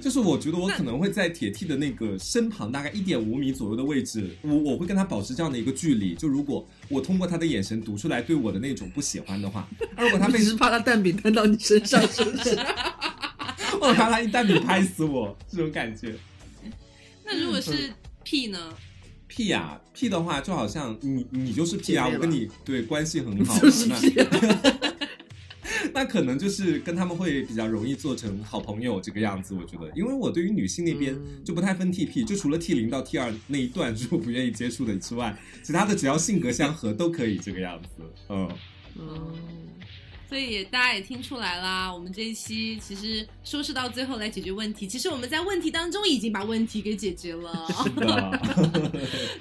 Speaker 2: 就是我觉得我可能会在铁 T 的那个身旁大概一点五米左右的位置，我我会跟他保持这样的一个距离。就如果我通过他的眼神读出来对我的那种不喜欢的话，那如果他
Speaker 3: 你
Speaker 2: 被
Speaker 3: 只是怕他蛋饼摊到你身上，是不 是？
Speaker 2: 我怕 他一蛋饼拍死我，这种感觉。
Speaker 1: 那如果
Speaker 2: 嗯
Speaker 1: 是 P 呢？
Speaker 2: P 呀、p 的话就好像你你就是 P 啊，
Speaker 3: 姐妹
Speaker 2: 我
Speaker 3: 吧
Speaker 2: 跟你对关系很好，
Speaker 3: 就是
Speaker 2: 那
Speaker 3: P 啊。
Speaker 2: 那可能就是跟他们会比较容易做成好朋友这个样子，我觉得，因为我对于女性那边
Speaker 3: 嗯
Speaker 2: 就不太分 T P，、就除了 T 零到 T 二那一段是我不愿意接触的之外，其他的只要性格相合都可以这个样子。嗯，
Speaker 3: 嗯
Speaker 1: 所以大家也听出来啦，我们这一期其实说是到最后来解决问题，其实我们在问题当中已经把问题给解决 了。
Speaker 2: 是的，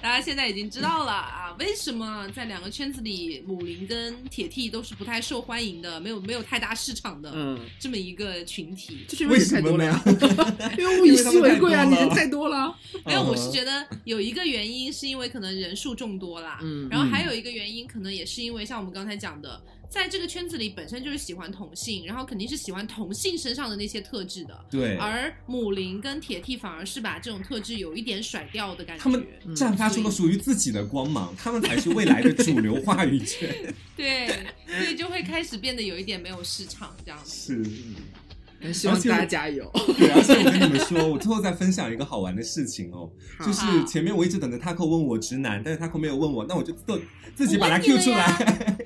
Speaker 1: 大家现在已经知道了啊，为什么在两个圈子里，母林跟铁 T 都是不太受欢迎的，没有没有太大市场的、
Speaker 3: 嗯，
Speaker 1: 这么一个群体。
Speaker 3: 就是因为
Speaker 2: 为
Speaker 3: 人
Speaker 2: 什
Speaker 3: 太
Speaker 2: 么
Speaker 3: 多了
Speaker 2: 呢
Speaker 3: 呀， 因为物以稀为贵啊，
Speaker 2: 因
Speaker 3: 你
Speaker 2: 为他
Speaker 3: 人
Speaker 2: 们
Speaker 3: 太多了。
Speaker 1: 没有，我是
Speaker 2: 得
Speaker 1: 觉得有一个原因是因为可能人数众多啦，
Speaker 3: 嗯
Speaker 1: 然后还有一个原因可能也是因为像我们刚才讲的，在这个圈子里本身就是喜欢同性，然后肯定是喜欢同性身上的那些特质的。
Speaker 2: 对，
Speaker 1: 而母林跟铁剃反而是把这种特质有一点甩掉的感觉。
Speaker 2: 他们绽发出了属于自己的光芒，他们才是未来的主流话语权。
Speaker 1: 对，所以就会开始变得有一点没有市场这样子。
Speaker 2: 是，
Speaker 3: 哎希望
Speaker 2: 而且
Speaker 3: 大家加油。
Speaker 2: 对。而且我跟你们说，我最后再分享一个好玩的事情哦，
Speaker 1: 嗯
Speaker 2: 就
Speaker 3: 好
Speaker 2: 是前面我一直等着 Taco 问我直男，但是 Taco 没有问我，那我就自自己把
Speaker 1: 我问
Speaker 2: 它
Speaker 1: 你
Speaker 2: Q
Speaker 1: 了
Speaker 2: 出来
Speaker 1: 呀。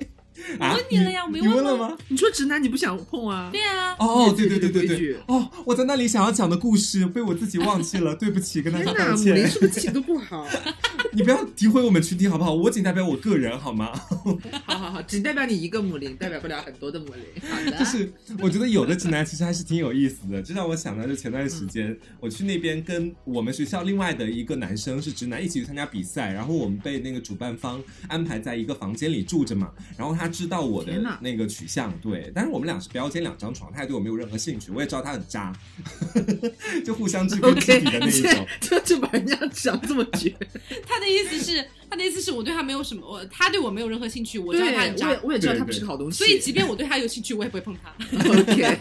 Speaker 2: 啊
Speaker 1: 我问你了呀我没
Speaker 2: 你
Speaker 1: 问
Speaker 2: 问了
Speaker 1: 吗
Speaker 2: 吗？
Speaker 3: 你说直男你不想碰啊？
Speaker 1: 对啊，
Speaker 2: 哦，
Speaker 3: 你
Speaker 2: 对
Speaker 3: 也
Speaker 2: 对
Speaker 3: 自己
Speaker 2: 对对
Speaker 3: 规
Speaker 2: 对
Speaker 3: 矩，
Speaker 2: 哦，我在那里想要讲的故事被我自己忘记了，对不起，跟大
Speaker 3: 天
Speaker 2: 家
Speaker 3: 哪，
Speaker 2: 道
Speaker 3: 母林
Speaker 2: 歉。
Speaker 3: 是不是气度不好？
Speaker 2: 你不要诋毁我们群体好不好？我仅代表我个人好吗？
Speaker 3: 好好好，只代表你一个母林，代表不了很多的母林。好的，
Speaker 2: 就是我觉得有的直男其实还是挺有意思的，这让我想到就前段时
Speaker 3: 嗯
Speaker 2: 间我去那边跟我们学校另外的一个男生是直男一起去参加比赛，然后我们被那个主办方安排在一个房间里住着嘛，然后他知道我的
Speaker 3: 天哪
Speaker 2: 那个取向，对，但是我们俩是标间两张床，他也对我没有任何兴趣，我也知道他很渣， 就互相知根知
Speaker 3: OK，
Speaker 2: 底的那一种。
Speaker 3: 这就把人家讲这么绝。
Speaker 1: 他的意思是，他的意思是我对他没有什么，我他对我没有任何兴趣，我知道他
Speaker 3: 对，
Speaker 1: 很
Speaker 3: 我
Speaker 1: 渣
Speaker 3: 也，我也知道
Speaker 2: 对
Speaker 3: 他不
Speaker 2: 对
Speaker 3: 是个好东西，
Speaker 1: 所以即便我对他有兴趣，我也不会碰他。
Speaker 3: OK，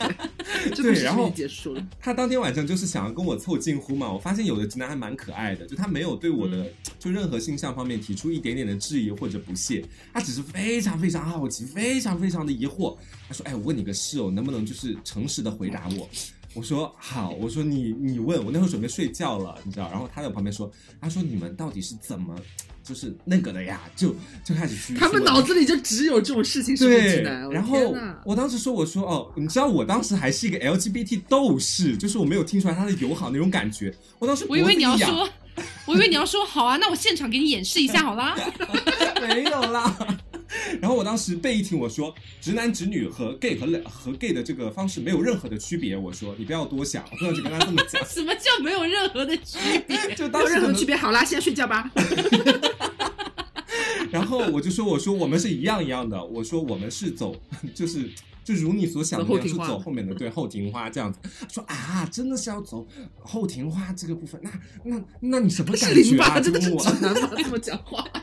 Speaker 3: 这 故
Speaker 2: 对
Speaker 3: 事
Speaker 2: 然
Speaker 3: 终
Speaker 2: 后
Speaker 3: 于结束了。
Speaker 2: 他当天晚上就是想要跟我凑近乎嘛，我发现有的直男还蛮可爱的，就他没有对我的、就任何性向方面提出一点点的质疑或者不屑，他只是非常非常好奇，非常非常的疑惑。他说：“哎，我问你个事哦，能不能就是诚实的回答我？”我说：“好。”我说你：“你问我那时候准备睡觉了，你知道？”然后他在我旁边说：“他说你们到底是怎么就是那个的呀？”就就开始去
Speaker 3: 他们
Speaker 2: 说
Speaker 3: 脑子里就只有这种事情，是不是
Speaker 2: 嗯对
Speaker 3: 直男？，我
Speaker 2: 然
Speaker 3: 的
Speaker 2: 后
Speaker 3: 天哪
Speaker 2: 我当时说，我说哦，你知道我当时还是一个 LGBT 斗士，就是我没有听出来他的友好那种感觉。我当时
Speaker 1: 我以为你要
Speaker 2: 脖子一
Speaker 1: 说，我以为你要说好啊，那我现场给你演示一下好啦。
Speaker 2: 仰 没有啦。 然后我当时被一听我说，直男直女和 gay 和 le- 和 gay 的这个方式没有任何的区别。我说你不要多想，我当时跟他这么
Speaker 1: ，
Speaker 2: 讲
Speaker 1: 什么叫没有任何的区别？
Speaker 2: 就
Speaker 3: 没
Speaker 2: 当
Speaker 3: 有
Speaker 2: 时
Speaker 3: 任
Speaker 2: 可
Speaker 3: 何
Speaker 2: 能
Speaker 3: 区别。好啦，现在睡觉吧。
Speaker 2: 然后我就说，我说我们是一样一样的，我说我们是走，就是就如你所想的
Speaker 3: 走
Speaker 2: 那
Speaker 3: 后
Speaker 2: 样，是
Speaker 3: 庭花
Speaker 2: 走后面的，对后庭花这样子。说啊，真的是要走后庭花这个部分，那那那你什么
Speaker 3: 不
Speaker 2: 感
Speaker 3: 是
Speaker 2: 觉
Speaker 3: 零
Speaker 2: 啊？
Speaker 3: 吧？
Speaker 2: 就
Speaker 3: 真的是
Speaker 2: 问我
Speaker 3: 直男吧？这么讲话，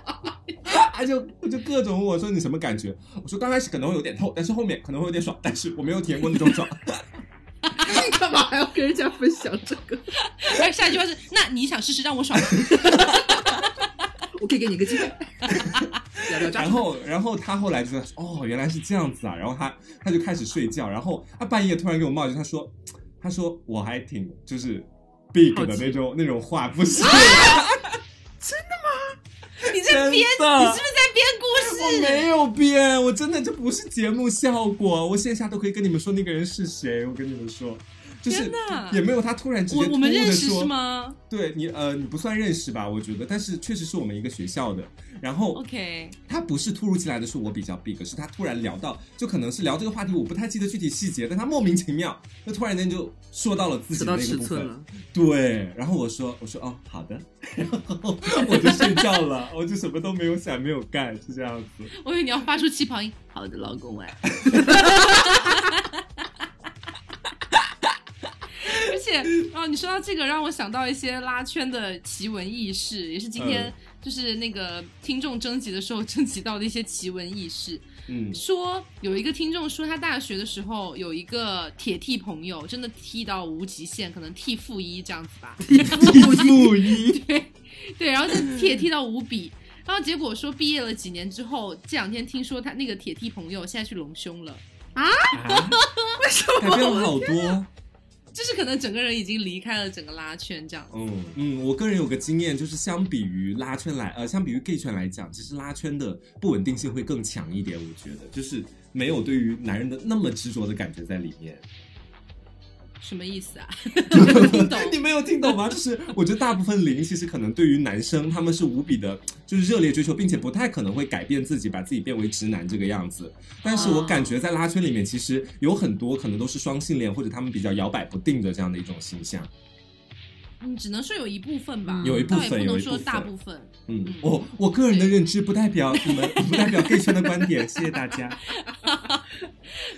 Speaker 2: 啊， 就就各种问我说你什么感觉？我说刚开始可能会有点痛，但是后面可能会有点爽，但是我没有体验过那种爽。
Speaker 3: 你干嘛还要跟人家分享这个？
Speaker 1: 哎，下一句话是，那你想试试让我 爽吗？
Speaker 3: 我可以给你一个机会，聊聊渣
Speaker 2: 然
Speaker 3: 男。
Speaker 2: 后，然后他后来就在说，哦，原来是这样子啊。然后他他就开始睡觉，然后他半夜突然给我冒一句，他说，他说我还挺就是 big
Speaker 3: 好
Speaker 2: 的
Speaker 3: 奇
Speaker 2: 那种那种话，不
Speaker 1: 啊
Speaker 2: 是
Speaker 1: 你在
Speaker 2: 真
Speaker 1: 编，你是
Speaker 2: 的
Speaker 1: 不是。在编故事？
Speaker 2: 我没有编，我真的这不是节目效果，我线下都可以跟你们说那个人是谁。我跟你们说，就是
Speaker 1: 天哪
Speaker 2: 也没有他突然直接
Speaker 1: 我我们
Speaker 2: 突兀地
Speaker 1: 认识
Speaker 2: 说
Speaker 1: 是吗
Speaker 2: 对你呃，你不算认识吧？我觉得，但是确实是我们一个学校的。然后
Speaker 1: ？OK，
Speaker 2: 他不是突如其来的说我比较 big，是他突然聊到，就可能是聊这个话题，我不太记得具体细节，但他莫名其妙就突然间就说到了自己
Speaker 3: 扯
Speaker 2: 的
Speaker 3: 到
Speaker 2: 那个
Speaker 3: 尺
Speaker 2: 部
Speaker 3: 寸
Speaker 2: 分，
Speaker 3: 了，
Speaker 2: 对，然后我说我说哦好的，然后我就睡觉了，我就什么都没有想没有干，是这样子。
Speaker 1: 我以为你要发出气泡音。好的，老公哎、而且，哦，你说到这个，让我想到一些拉圈的奇闻异事，也是今天
Speaker 2: 嗯
Speaker 1: 就是那个听众征集的时候 征集到的一些奇闻异事。
Speaker 2: 嗯，
Speaker 1: 说有一个听众说，他大学的时候有一个铁剃朋友，真的剃到无极限，可能剃负一这样子吧。
Speaker 2: 负一，
Speaker 1: 对对，然后就铁剃到无比，然后结果说毕业了几年之后，这两天听说他那个铁剃朋友现在去隆胸了，
Speaker 2: 啊
Speaker 3: 为什
Speaker 2: 改变
Speaker 3: 么？
Speaker 2: 了好多。
Speaker 1: 就是可能整个人已经离开了整个拉圈这样。
Speaker 2: 嗯嗯，我个人有个经验，就是相比于拉圈来，呃，相比于 gay 圈来讲，其实拉圈的不稳定性会更强一点。我觉得就是没有对于男人的那么执着的感觉在里面。
Speaker 1: 什么意思啊？没有 听懂。
Speaker 2: 你没有听懂吗？就是我觉得大部分零其实可能对于男生他们是无比的，就是热烈追求，并且不太可能会改变自己，把自己变为直男这个样子。但是我感觉在拉圈里面，其实有很多可能都是双性恋或者他们比较摇摆不定的这样的一种形象。
Speaker 1: 嗯，只能说有一部分吧，
Speaker 2: 嗯有一部分
Speaker 1: 倒也不
Speaker 2: 有
Speaker 1: 能
Speaker 2: 一部
Speaker 1: 说
Speaker 2: 分
Speaker 1: 大部分。
Speaker 2: 嗯
Speaker 1: 嗯，
Speaker 2: 我我个人的认知不代表你们，不代表 gay 圈的观点，谢谢大家。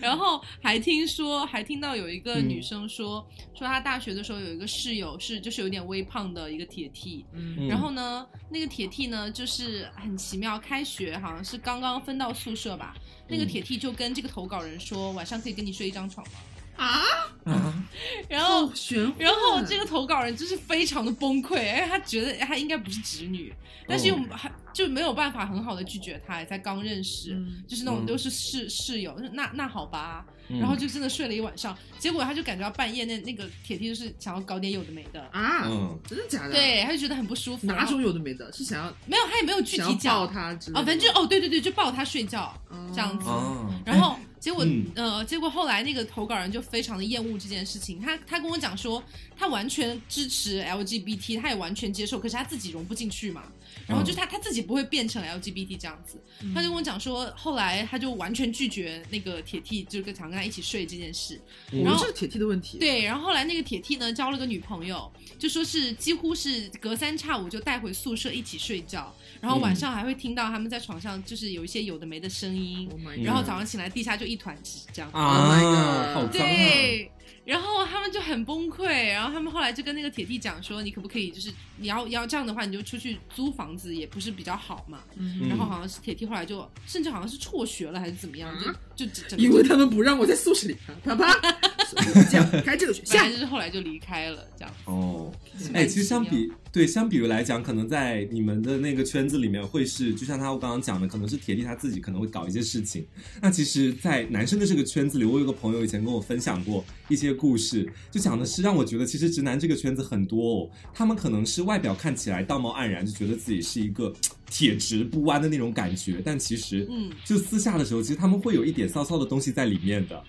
Speaker 1: 然后还听说，还听到有一
Speaker 2: 嗯
Speaker 1: 个女生说，说她大学的时候有一个室友是就是有点微胖的一个铁 T，
Speaker 3: 嗯
Speaker 1: 然后呢，那个铁 T 呢就是很奇妙，开学好像是刚刚分到宿舍吧，那个
Speaker 2: 嗯
Speaker 1: 铁 T 就跟这个投稿人说，晚上可以跟你睡一张床 吗？
Speaker 3: 啊，
Speaker 2: 啊，
Speaker 1: 然后
Speaker 3: 好玄幻，
Speaker 1: 然后这个投稿人就是非常的崩溃，因为他觉得哎他应该不是直
Speaker 3: 哦
Speaker 1: 女，但是又还就没有办法很好的拒绝他，才刚认识，
Speaker 3: 嗯
Speaker 1: 就是那种
Speaker 2: 嗯
Speaker 1: 都是室室友，那那好吧，
Speaker 2: 嗯
Speaker 1: 然后就真的睡了一晚上，结果他就感觉到半夜那那个铁梯就是想要搞点有的没的，
Speaker 3: 啊，
Speaker 2: 嗯，
Speaker 3: 真的假的？，
Speaker 1: 对，他就觉得很不舒服，
Speaker 3: 哪
Speaker 1: 然后
Speaker 3: 种有的没的，是想要
Speaker 1: 没有，他也没有具
Speaker 3: 想
Speaker 1: 体
Speaker 3: 要
Speaker 1: 讲啊，
Speaker 3: 抱他之类的
Speaker 1: 反正就哦对对对，就抱他睡觉，
Speaker 3: 哦
Speaker 1: 这样子
Speaker 2: 啊，
Speaker 1: 然后结果、
Speaker 2: 嗯
Speaker 1: 呃，结果后来那个投稿人就非常的厌恶这件事情，他他跟我讲说，他完全支持 LGBT，他也完全接受，可是他自己融不进去嘛，然
Speaker 2: 嗯
Speaker 1: 后就他他自己不会变成 LGBT 这样子，他就跟我讲说，后来他就完全拒绝那个铁 T，就是跟想跟他一起睡这件事，
Speaker 2: 嗯
Speaker 3: 我
Speaker 1: 然
Speaker 3: 们
Speaker 1: 后
Speaker 3: 这是铁 T 的问题，，
Speaker 1: 嗯对，然后后来那个铁 T 呢交了个女朋友，就说是几乎是隔三差五就带回宿舍一起睡觉，然后晚
Speaker 2: 嗯
Speaker 1: 上还会听到他们在床上就是有一些有的没的声音，
Speaker 3: Oh my
Speaker 2: 嗯
Speaker 3: god，
Speaker 1: 然后早上起来地下就一团纸这样。哎
Speaker 2: 啊，好
Speaker 3: Oh
Speaker 2: 脏啊！
Speaker 3: my god
Speaker 1: 嗯对，然后他们就很崩溃，然后他们后来就跟那个铁弟讲说，你可不可以就是你要要这样的话，你就出去租房子也不是比较好嘛。
Speaker 3: 嗯
Speaker 1: 然后好像是铁弟后来就甚至好像是辍学了还是怎么样，
Speaker 3: 啊
Speaker 1: 就就整
Speaker 3: 因
Speaker 1: 个
Speaker 3: 为他们不让我在宿舍里啪啪啪， 这样开这个学校
Speaker 1: 反正就是后来就离开了这样。
Speaker 2: 哦，哎，其实相比对相比于来讲，可能在你们的那个圈子里面，会是就像他我刚刚讲的，可能是铁弟他自己可能会搞一些事情。那其实，在男生的这个圈子里，我有个朋友以前跟我分享过一些故事，就讲的是让我觉得，其实直男这个圈子很多哦，他们可能是外表看起来道貌岸然，就觉得自己是一个嘖铁直不弯的那种感觉，但其实，
Speaker 1: 嗯
Speaker 2: 就私下的时候，其实他们会有一点骚骚的东西在里面的。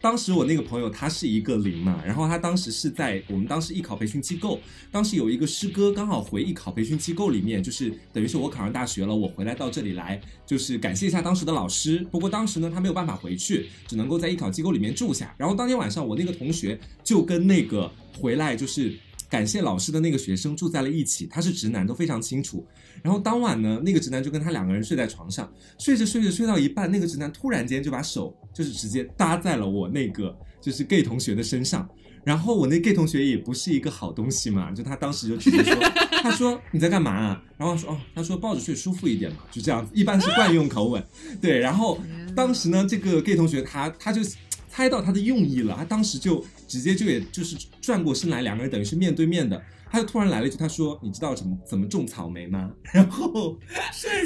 Speaker 2: 当时我那个朋友他是一个零嘛，然后他当时是在我们当时艺考培训机构，当时有一个师哥刚好回艺考培训机构里面，就是等于是我考上大学了，我回来到这里来，就是感谢一下当时的老师。不过当时呢，他没有办法回去，只能够在艺考机构里面住下。然后当天晚上，我那个同学就跟那个回来就是。感谢老师的那个学生住在了一起，他是直男，都非常清楚。然后当晚呢，那个直男就跟他两个人睡在床上，睡着睡着睡到一半，那个直男突然间就把手就是直接搭在了我那个就是 gay 同学的身上，然后我那 gay 同学也不是一个好东西嘛，就他当时就直接说，他说你在干嘛、啊？然后说哦，他说抱着睡舒服一点嘛，就这样子，一般是惯用口吻，对，然后
Speaker 3: 天哪
Speaker 2: 当时呢，这个 gay 同学他他就猜到他的用意了，他当时就直接就也就是转过身来，两个人等于是面对面的，他就突然来了一句，他说你知道怎么怎么种草莓吗？ 然后。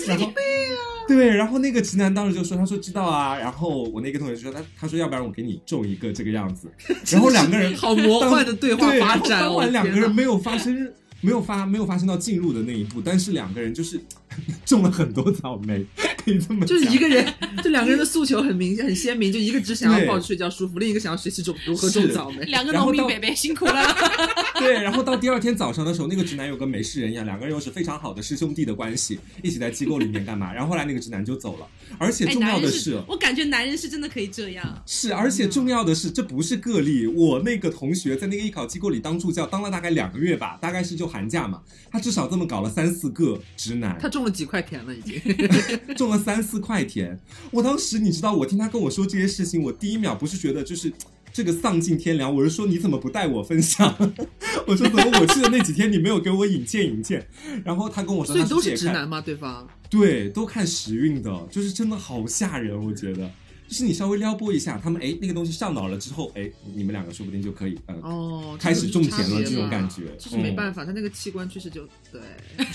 Speaker 2: 然后对，然后那个直男当时就说，他说知道啊，然后我那个同学就说他他说要不然我给你种一个这个样子， 然后两个人
Speaker 3: 好魔幻的对话
Speaker 2: 对，
Speaker 3: 发
Speaker 2: 然后
Speaker 3: 展，
Speaker 2: 当
Speaker 3: 我
Speaker 2: 晚
Speaker 3: 的
Speaker 2: 两个
Speaker 3: 天
Speaker 2: 人
Speaker 3: 哪
Speaker 2: 没有发生，没有发没有发生到进入的那一步，但是两个人就是 种了很多草莓，可以这么
Speaker 3: 就是
Speaker 2: 讲
Speaker 3: 一个人，就两个人的诉求很明很鲜明，就一个只想要
Speaker 2: 对
Speaker 3: 抱着睡觉舒服，另一个想要学习种如何种
Speaker 2: 是
Speaker 3: 草莓。
Speaker 1: 两个
Speaker 2: 然
Speaker 1: 农
Speaker 2: 后
Speaker 1: 民
Speaker 2: 到
Speaker 1: 北北辛苦了，
Speaker 2: 对，然后到第二天早上的时候，那个直男有跟没事人一样，两个人又是非常好的师兄弟的关系，一起在机构里面干嘛？然后 后来那个直男就走了，而且
Speaker 1: 哎，
Speaker 2: 重
Speaker 1: 男
Speaker 2: 要
Speaker 1: 人
Speaker 2: 的
Speaker 1: 是
Speaker 2: 是，，哦
Speaker 1: 我感觉男人是真的可以这样，
Speaker 2: 是，而
Speaker 3: 嗯
Speaker 2: 且重要的是，这不是个例。我那个同学在那个艺考机构里当助教，当了大概两个月吧，大概是就寒假嘛，他至少这么搞了三四个直男
Speaker 3: 他，种了几块田了，已 经。
Speaker 2: 种了三四块田。我当时你知道，我听他跟我说这些事情，我第一秒不是觉得就是。这个丧尽天良！我是说，你怎么不带我分享？ 我说怎么我去的那几天你没有给我引荐引荐？然后他跟我说，
Speaker 3: 所以
Speaker 2: 他
Speaker 3: 都
Speaker 2: 自己
Speaker 3: 是
Speaker 2: 也
Speaker 3: 直
Speaker 2: 看
Speaker 3: 男吗？对方？
Speaker 2: 对，都看时运的，就是真的好吓人，我觉得。就是你稍微撩拨一下他们，哎，那个东西上脑了之后，哎，你们两个说不定就可以，呃，
Speaker 3: 哦，
Speaker 2: 开始种田
Speaker 3: 这
Speaker 2: 了
Speaker 3: 个就是
Speaker 2: 这种
Speaker 3: 差别
Speaker 2: 感
Speaker 3: 嘛
Speaker 2: 觉，嗯
Speaker 3: 就是没办
Speaker 2: 法，
Speaker 3: 法，他那个器官确实就对，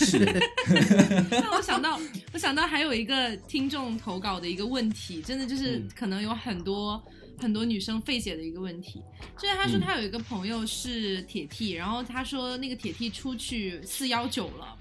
Speaker 2: 是，
Speaker 1: 让我想到，我想到还有一个听众投稿的一个问题，真的就是
Speaker 2: 嗯
Speaker 1: 可能有很多、很多女生费解的一个问题，就是她说
Speaker 2: 嗯
Speaker 1: 她有一个朋友是铁 T，、然后她说那个铁 T 出去四幺九了，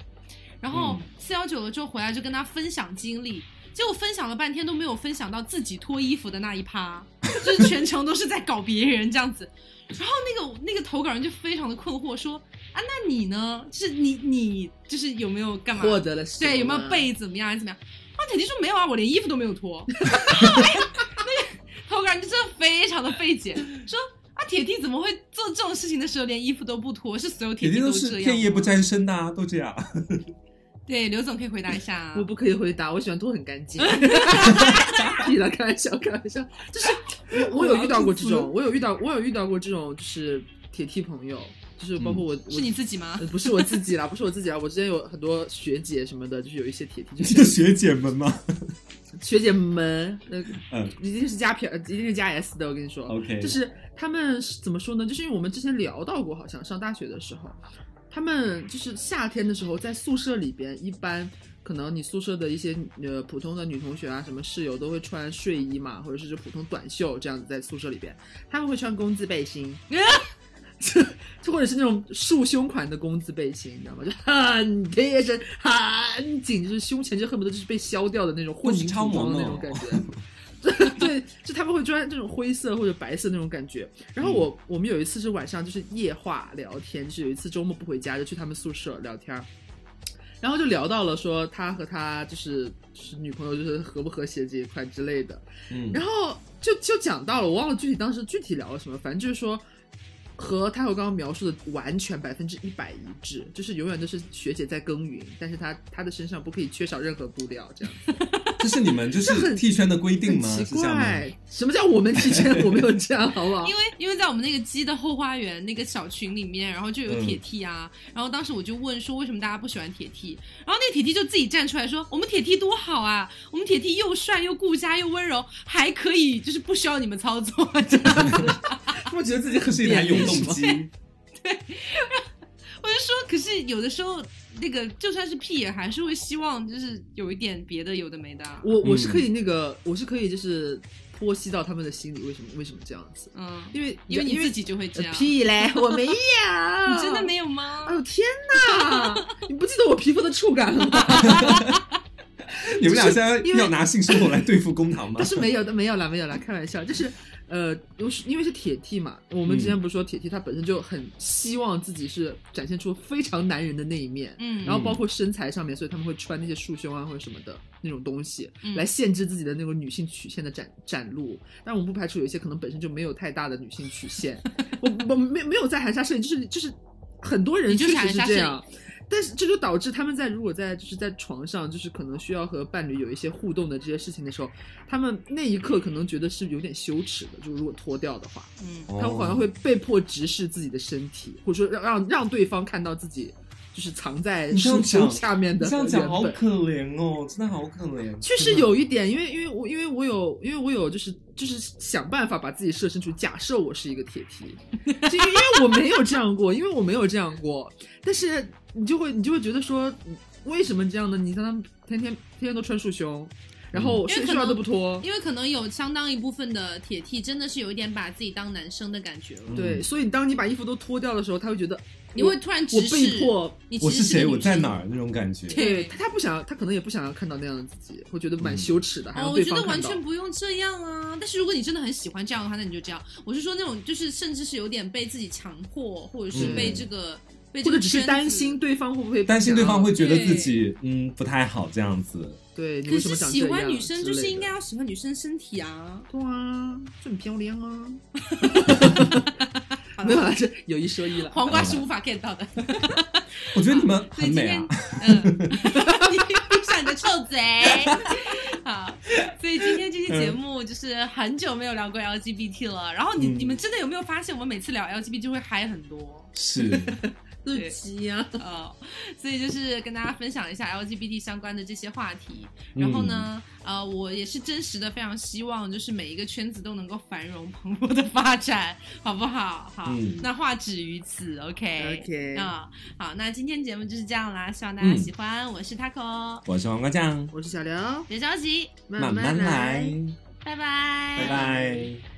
Speaker 1: 然后
Speaker 2: 嗯
Speaker 1: 四幺九了之后回来就跟她分享经历。结果分享了半天都没有分享到自己脱衣服的那一趴，就是全程都是在搞别人这样子。然后那个那个投稿人就非常的困惑说：“啊，那你呢？就是你你就是有没有干嘛？
Speaker 3: 获得了什么啊
Speaker 1: 对，有没有被怎么样还是怎么样？啊，铁弟说没有啊，我连衣服都没有脱。 然后哎，那个投稿人就真的非常的费解，说啊，铁弟怎么会做这种事情的时候连衣服都不脱？是所有
Speaker 2: 铁
Speaker 1: 弟
Speaker 2: 定都
Speaker 1: 这
Speaker 2: 是
Speaker 1: 样吗？
Speaker 2: 片叶不沾身的、啊，都这样。
Speaker 1: 对，刘总可以回答一下啊。
Speaker 3: 我不可以回答，我喜欢拖很干 净。你来开玩笑，开玩笑，就是我我有遇到过这种，我有遇到我有遇到过这种，就是铁梯朋友，就是包括我，我
Speaker 1: 是你自己吗
Speaker 3: 呃？不是我自己啦，不是我自己啦，我之前有很多学姐什么的，就是有一些铁梯，就
Speaker 2: 这
Speaker 3: 是
Speaker 2: 学姐们吗？
Speaker 3: 学姐们，呃，
Speaker 2: 嗯
Speaker 3: 一定是加撇，呃一定是加 s 的，我跟你说。
Speaker 2: ，OK，
Speaker 3: 就是他们是怎么说呢？就是因为我们之前聊到过，好像上大学的时候，他们就是夏天的时候在宿舍里边，一般可能你宿舍的一些呃普通的女同学啊，什么室友都会穿睡衣嘛，或者是就普通短袖这样子在宿舍里边，他们会穿工字背心。就就或者是那种束胸款的工字背心，你知道吗？就很贴身，很紧，就是胸前就恨不得就是被削掉的那种混
Speaker 2: 都是
Speaker 3: 凝土
Speaker 2: 超模
Speaker 3: 装的那
Speaker 2: 呢
Speaker 3: 种感觉。对，就他们会穿这种灰色或者白色那种感觉。然后我、我们有一次是晚上就是夜话聊天，就是有一次周末不回家就去他们宿舍聊天儿，然后就聊到了说他和他就是是女朋友就是和不和谐这一块之类的，
Speaker 2: 嗯
Speaker 3: 然后就就讲到了，我忘了具体当时具体聊了什么，反正就是说。和他和刚刚描述的完全百分之一百一致，就是永远都是学姐在耕耘，但是她她的身上不可以缺少任何布料，这样。
Speaker 2: 这是你们就
Speaker 3: 这
Speaker 2: 是
Speaker 3: 很
Speaker 2: T 圈的规定
Speaker 3: 很
Speaker 2: 吗？
Speaker 3: 奇
Speaker 2: 是这样吗？
Speaker 3: 怪，什么叫我们之间我没有这样，好不 好
Speaker 1: 因？为因为在我们那个鸡的后花园那个小群里面，然后就有铁梯啊，然后当时我就问说为什么大家不喜欢铁梯，然后那个铁梯就自己站出来说我们铁梯多好啊，我们铁梯又帅又顾家又温柔，还可以就是不需要你们操作， 这样
Speaker 3: 我觉得自己很
Speaker 2: 是一台
Speaker 3: 便利
Speaker 2: 永动
Speaker 3: 是 吗
Speaker 2: 机，
Speaker 1: 我就说，可是有的时候那个就算是屁也还是会希望就是有一点别的有的没的啊，
Speaker 3: 我我是
Speaker 2: 嗯
Speaker 3: 可以那个，我是可以就是剖析到他们的心理，为什么为什么这样子？
Speaker 1: 嗯，
Speaker 3: 因为
Speaker 1: 因为你
Speaker 3: 因
Speaker 1: 自己就会这
Speaker 3: 呃
Speaker 1: 样，
Speaker 3: 屁嘞，我没有，
Speaker 1: 你
Speaker 3: 你
Speaker 1: 真的？没有吗
Speaker 3: 哎？呦天 哪！你不记得我皮肤的触感了吗？
Speaker 2: 你们俩现在
Speaker 3: 因为
Speaker 2: 要拿性生活来对付公堂吗
Speaker 3: 但？是没有的，没有啦，没有啦，开玩笑，就是。呃，又是因为是铁梯嘛，我们之前不是说铁梯他本身就很希望自己是展现出非常男人的那一面，
Speaker 1: 嗯，
Speaker 3: 然后包括身材上面，所以他们会穿那些束胸啊或者什么的那种东西，
Speaker 1: 嗯
Speaker 3: 来限制自己的那个女性曲线的展展露。但我们不排除有一些可能本身就没有太大的女性曲 线。我我没没有在含沙射影，就是就是很多人
Speaker 1: 你就
Speaker 3: 确
Speaker 1: 是
Speaker 3: 实是
Speaker 1: 含沙
Speaker 3: 这
Speaker 1: 射
Speaker 3: 样。但是这就导致他们在如果在就是在床上，就是可能需要和伴侣有一些互动的这些事情的时候，他们那一刻可能觉得是有点羞耻的，就如果脱掉的话，
Speaker 1: 嗯
Speaker 3: 他们好
Speaker 2: 哦
Speaker 3: 像会被迫直视自己的身体，或者说让让让对方看到自己就是藏在
Speaker 2: 你这样
Speaker 3: 书
Speaker 2: 讲
Speaker 3: 书下面的
Speaker 2: 这样讲好
Speaker 3: 原本
Speaker 2: 可怜哦，真的好可怜。
Speaker 3: 确实有一点，因为因为我因为我有因为我有就是就是想办法把自己设身处地，假设我是一个铁梯，就因为因为我没有这样过，因为我没有这样过，但是你就会你就会觉得说，为什么这样呢？你看他们天天天天都穿束胸，然后
Speaker 2: 嗯
Speaker 1: 因为
Speaker 3: 睡
Speaker 1: 可
Speaker 3: 睡
Speaker 1: 能
Speaker 3: 觉都不脱，
Speaker 1: 嗯因为可能有相当一部分的铁梯真的是有一点把自己当男生的感觉了，
Speaker 2: 嗯
Speaker 3: 对，所以当你把衣服都脱掉的时候，他会觉得
Speaker 1: 你会突然
Speaker 3: 我
Speaker 1: 直
Speaker 3: 被
Speaker 1: 视，
Speaker 3: 迫
Speaker 1: 你其
Speaker 2: 我
Speaker 1: 实
Speaker 2: 是
Speaker 1: 是个
Speaker 2: 谁，
Speaker 1: 女
Speaker 2: 我在
Speaker 1: 生
Speaker 2: 哪儿那种感觉。
Speaker 3: 对
Speaker 1: 对
Speaker 3: 他，他不想，他可能也不想要看到那样的自己，会觉得
Speaker 2: 嗯
Speaker 3: 蛮羞耻的，还
Speaker 1: 哦，
Speaker 3: 让
Speaker 1: 我
Speaker 3: 对
Speaker 1: 觉
Speaker 3: 方
Speaker 1: 得
Speaker 3: 看到。
Speaker 1: 完全不用这样啊！但是如果你真的很喜欢这样的话，那你就这样。我是说那种，就是甚至是有点被自己强迫，或者是被
Speaker 2: 嗯
Speaker 1: 这个、被这
Speaker 3: 或
Speaker 1: 个
Speaker 3: 者只
Speaker 1: 圈子
Speaker 3: 是担心。对方会不会
Speaker 2: 担心对方会觉得
Speaker 1: 对
Speaker 2: 自己嗯不太好这样子，
Speaker 3: 对你
Speaker 1: 可
Speaker 3: 为什
Speaker 1: 是
Speaker 3: 么长
Speaker 1: 喜
Speaker 3: 这
Speaker 1: 欢
Speaker 3: 样
Speaker 1: 女生
Speaker 3: 之
Speaker 1: 就
Speaker 3: 类
Speaker 1: 是应
Speaker 3: 的
Speaker 1: 该要喜欢女生身体啊！
Speaker 3: 对啊，就很漂 亮啊。
Speaker 1: 好
Speaker 3: 没有
Speaker 1: 了，
Speaker 3: 啦，这有一说一了。
Speaker 1: 黄瓜是无法 get 到的。
Speaker 2: 我觉得你们
Speaker 1: 所以
Speaker 2: 很
Speaker 1: 今
Speaker 2: 美
Speaker 1: 天
Speaker 2: 啊。，
Speaker 1: 嗯， 你闭上你的臭嘴。好，所以今天这期节目就是很久没有聊过 LGBT 了。然后你、
Speaker 2: 嗯
Speaker 1: 你们真的有没有发现，我们每次聊 LGBT 会嗨很多？
Speaker 2: 是，
Speaker 3: 日 记啊，
Speaker 1: 呃，所以就是跟大家分享一下 LGBT 相关的这些话题。然后呢，呃，我也是真实的非常希望，就是每一个圈子都能够繁荣蓬勃的发展，好不好？好，
Speaker 2: 嗯
Speaker 1: 那话止于此，OK。
Speaker 3: OK
Speaker 1: 啊、好，那今天节目就是这样啦，希望大家喜欢。我是 Taco，
Speaker 2: 我是王瓜酱，
Speaker 3: 我是小刘，
Speaker 1: 别着急，
Speaker 2: 慢慢来，
Speaker 1: 拜拜，
Speaker 2: 拜拜。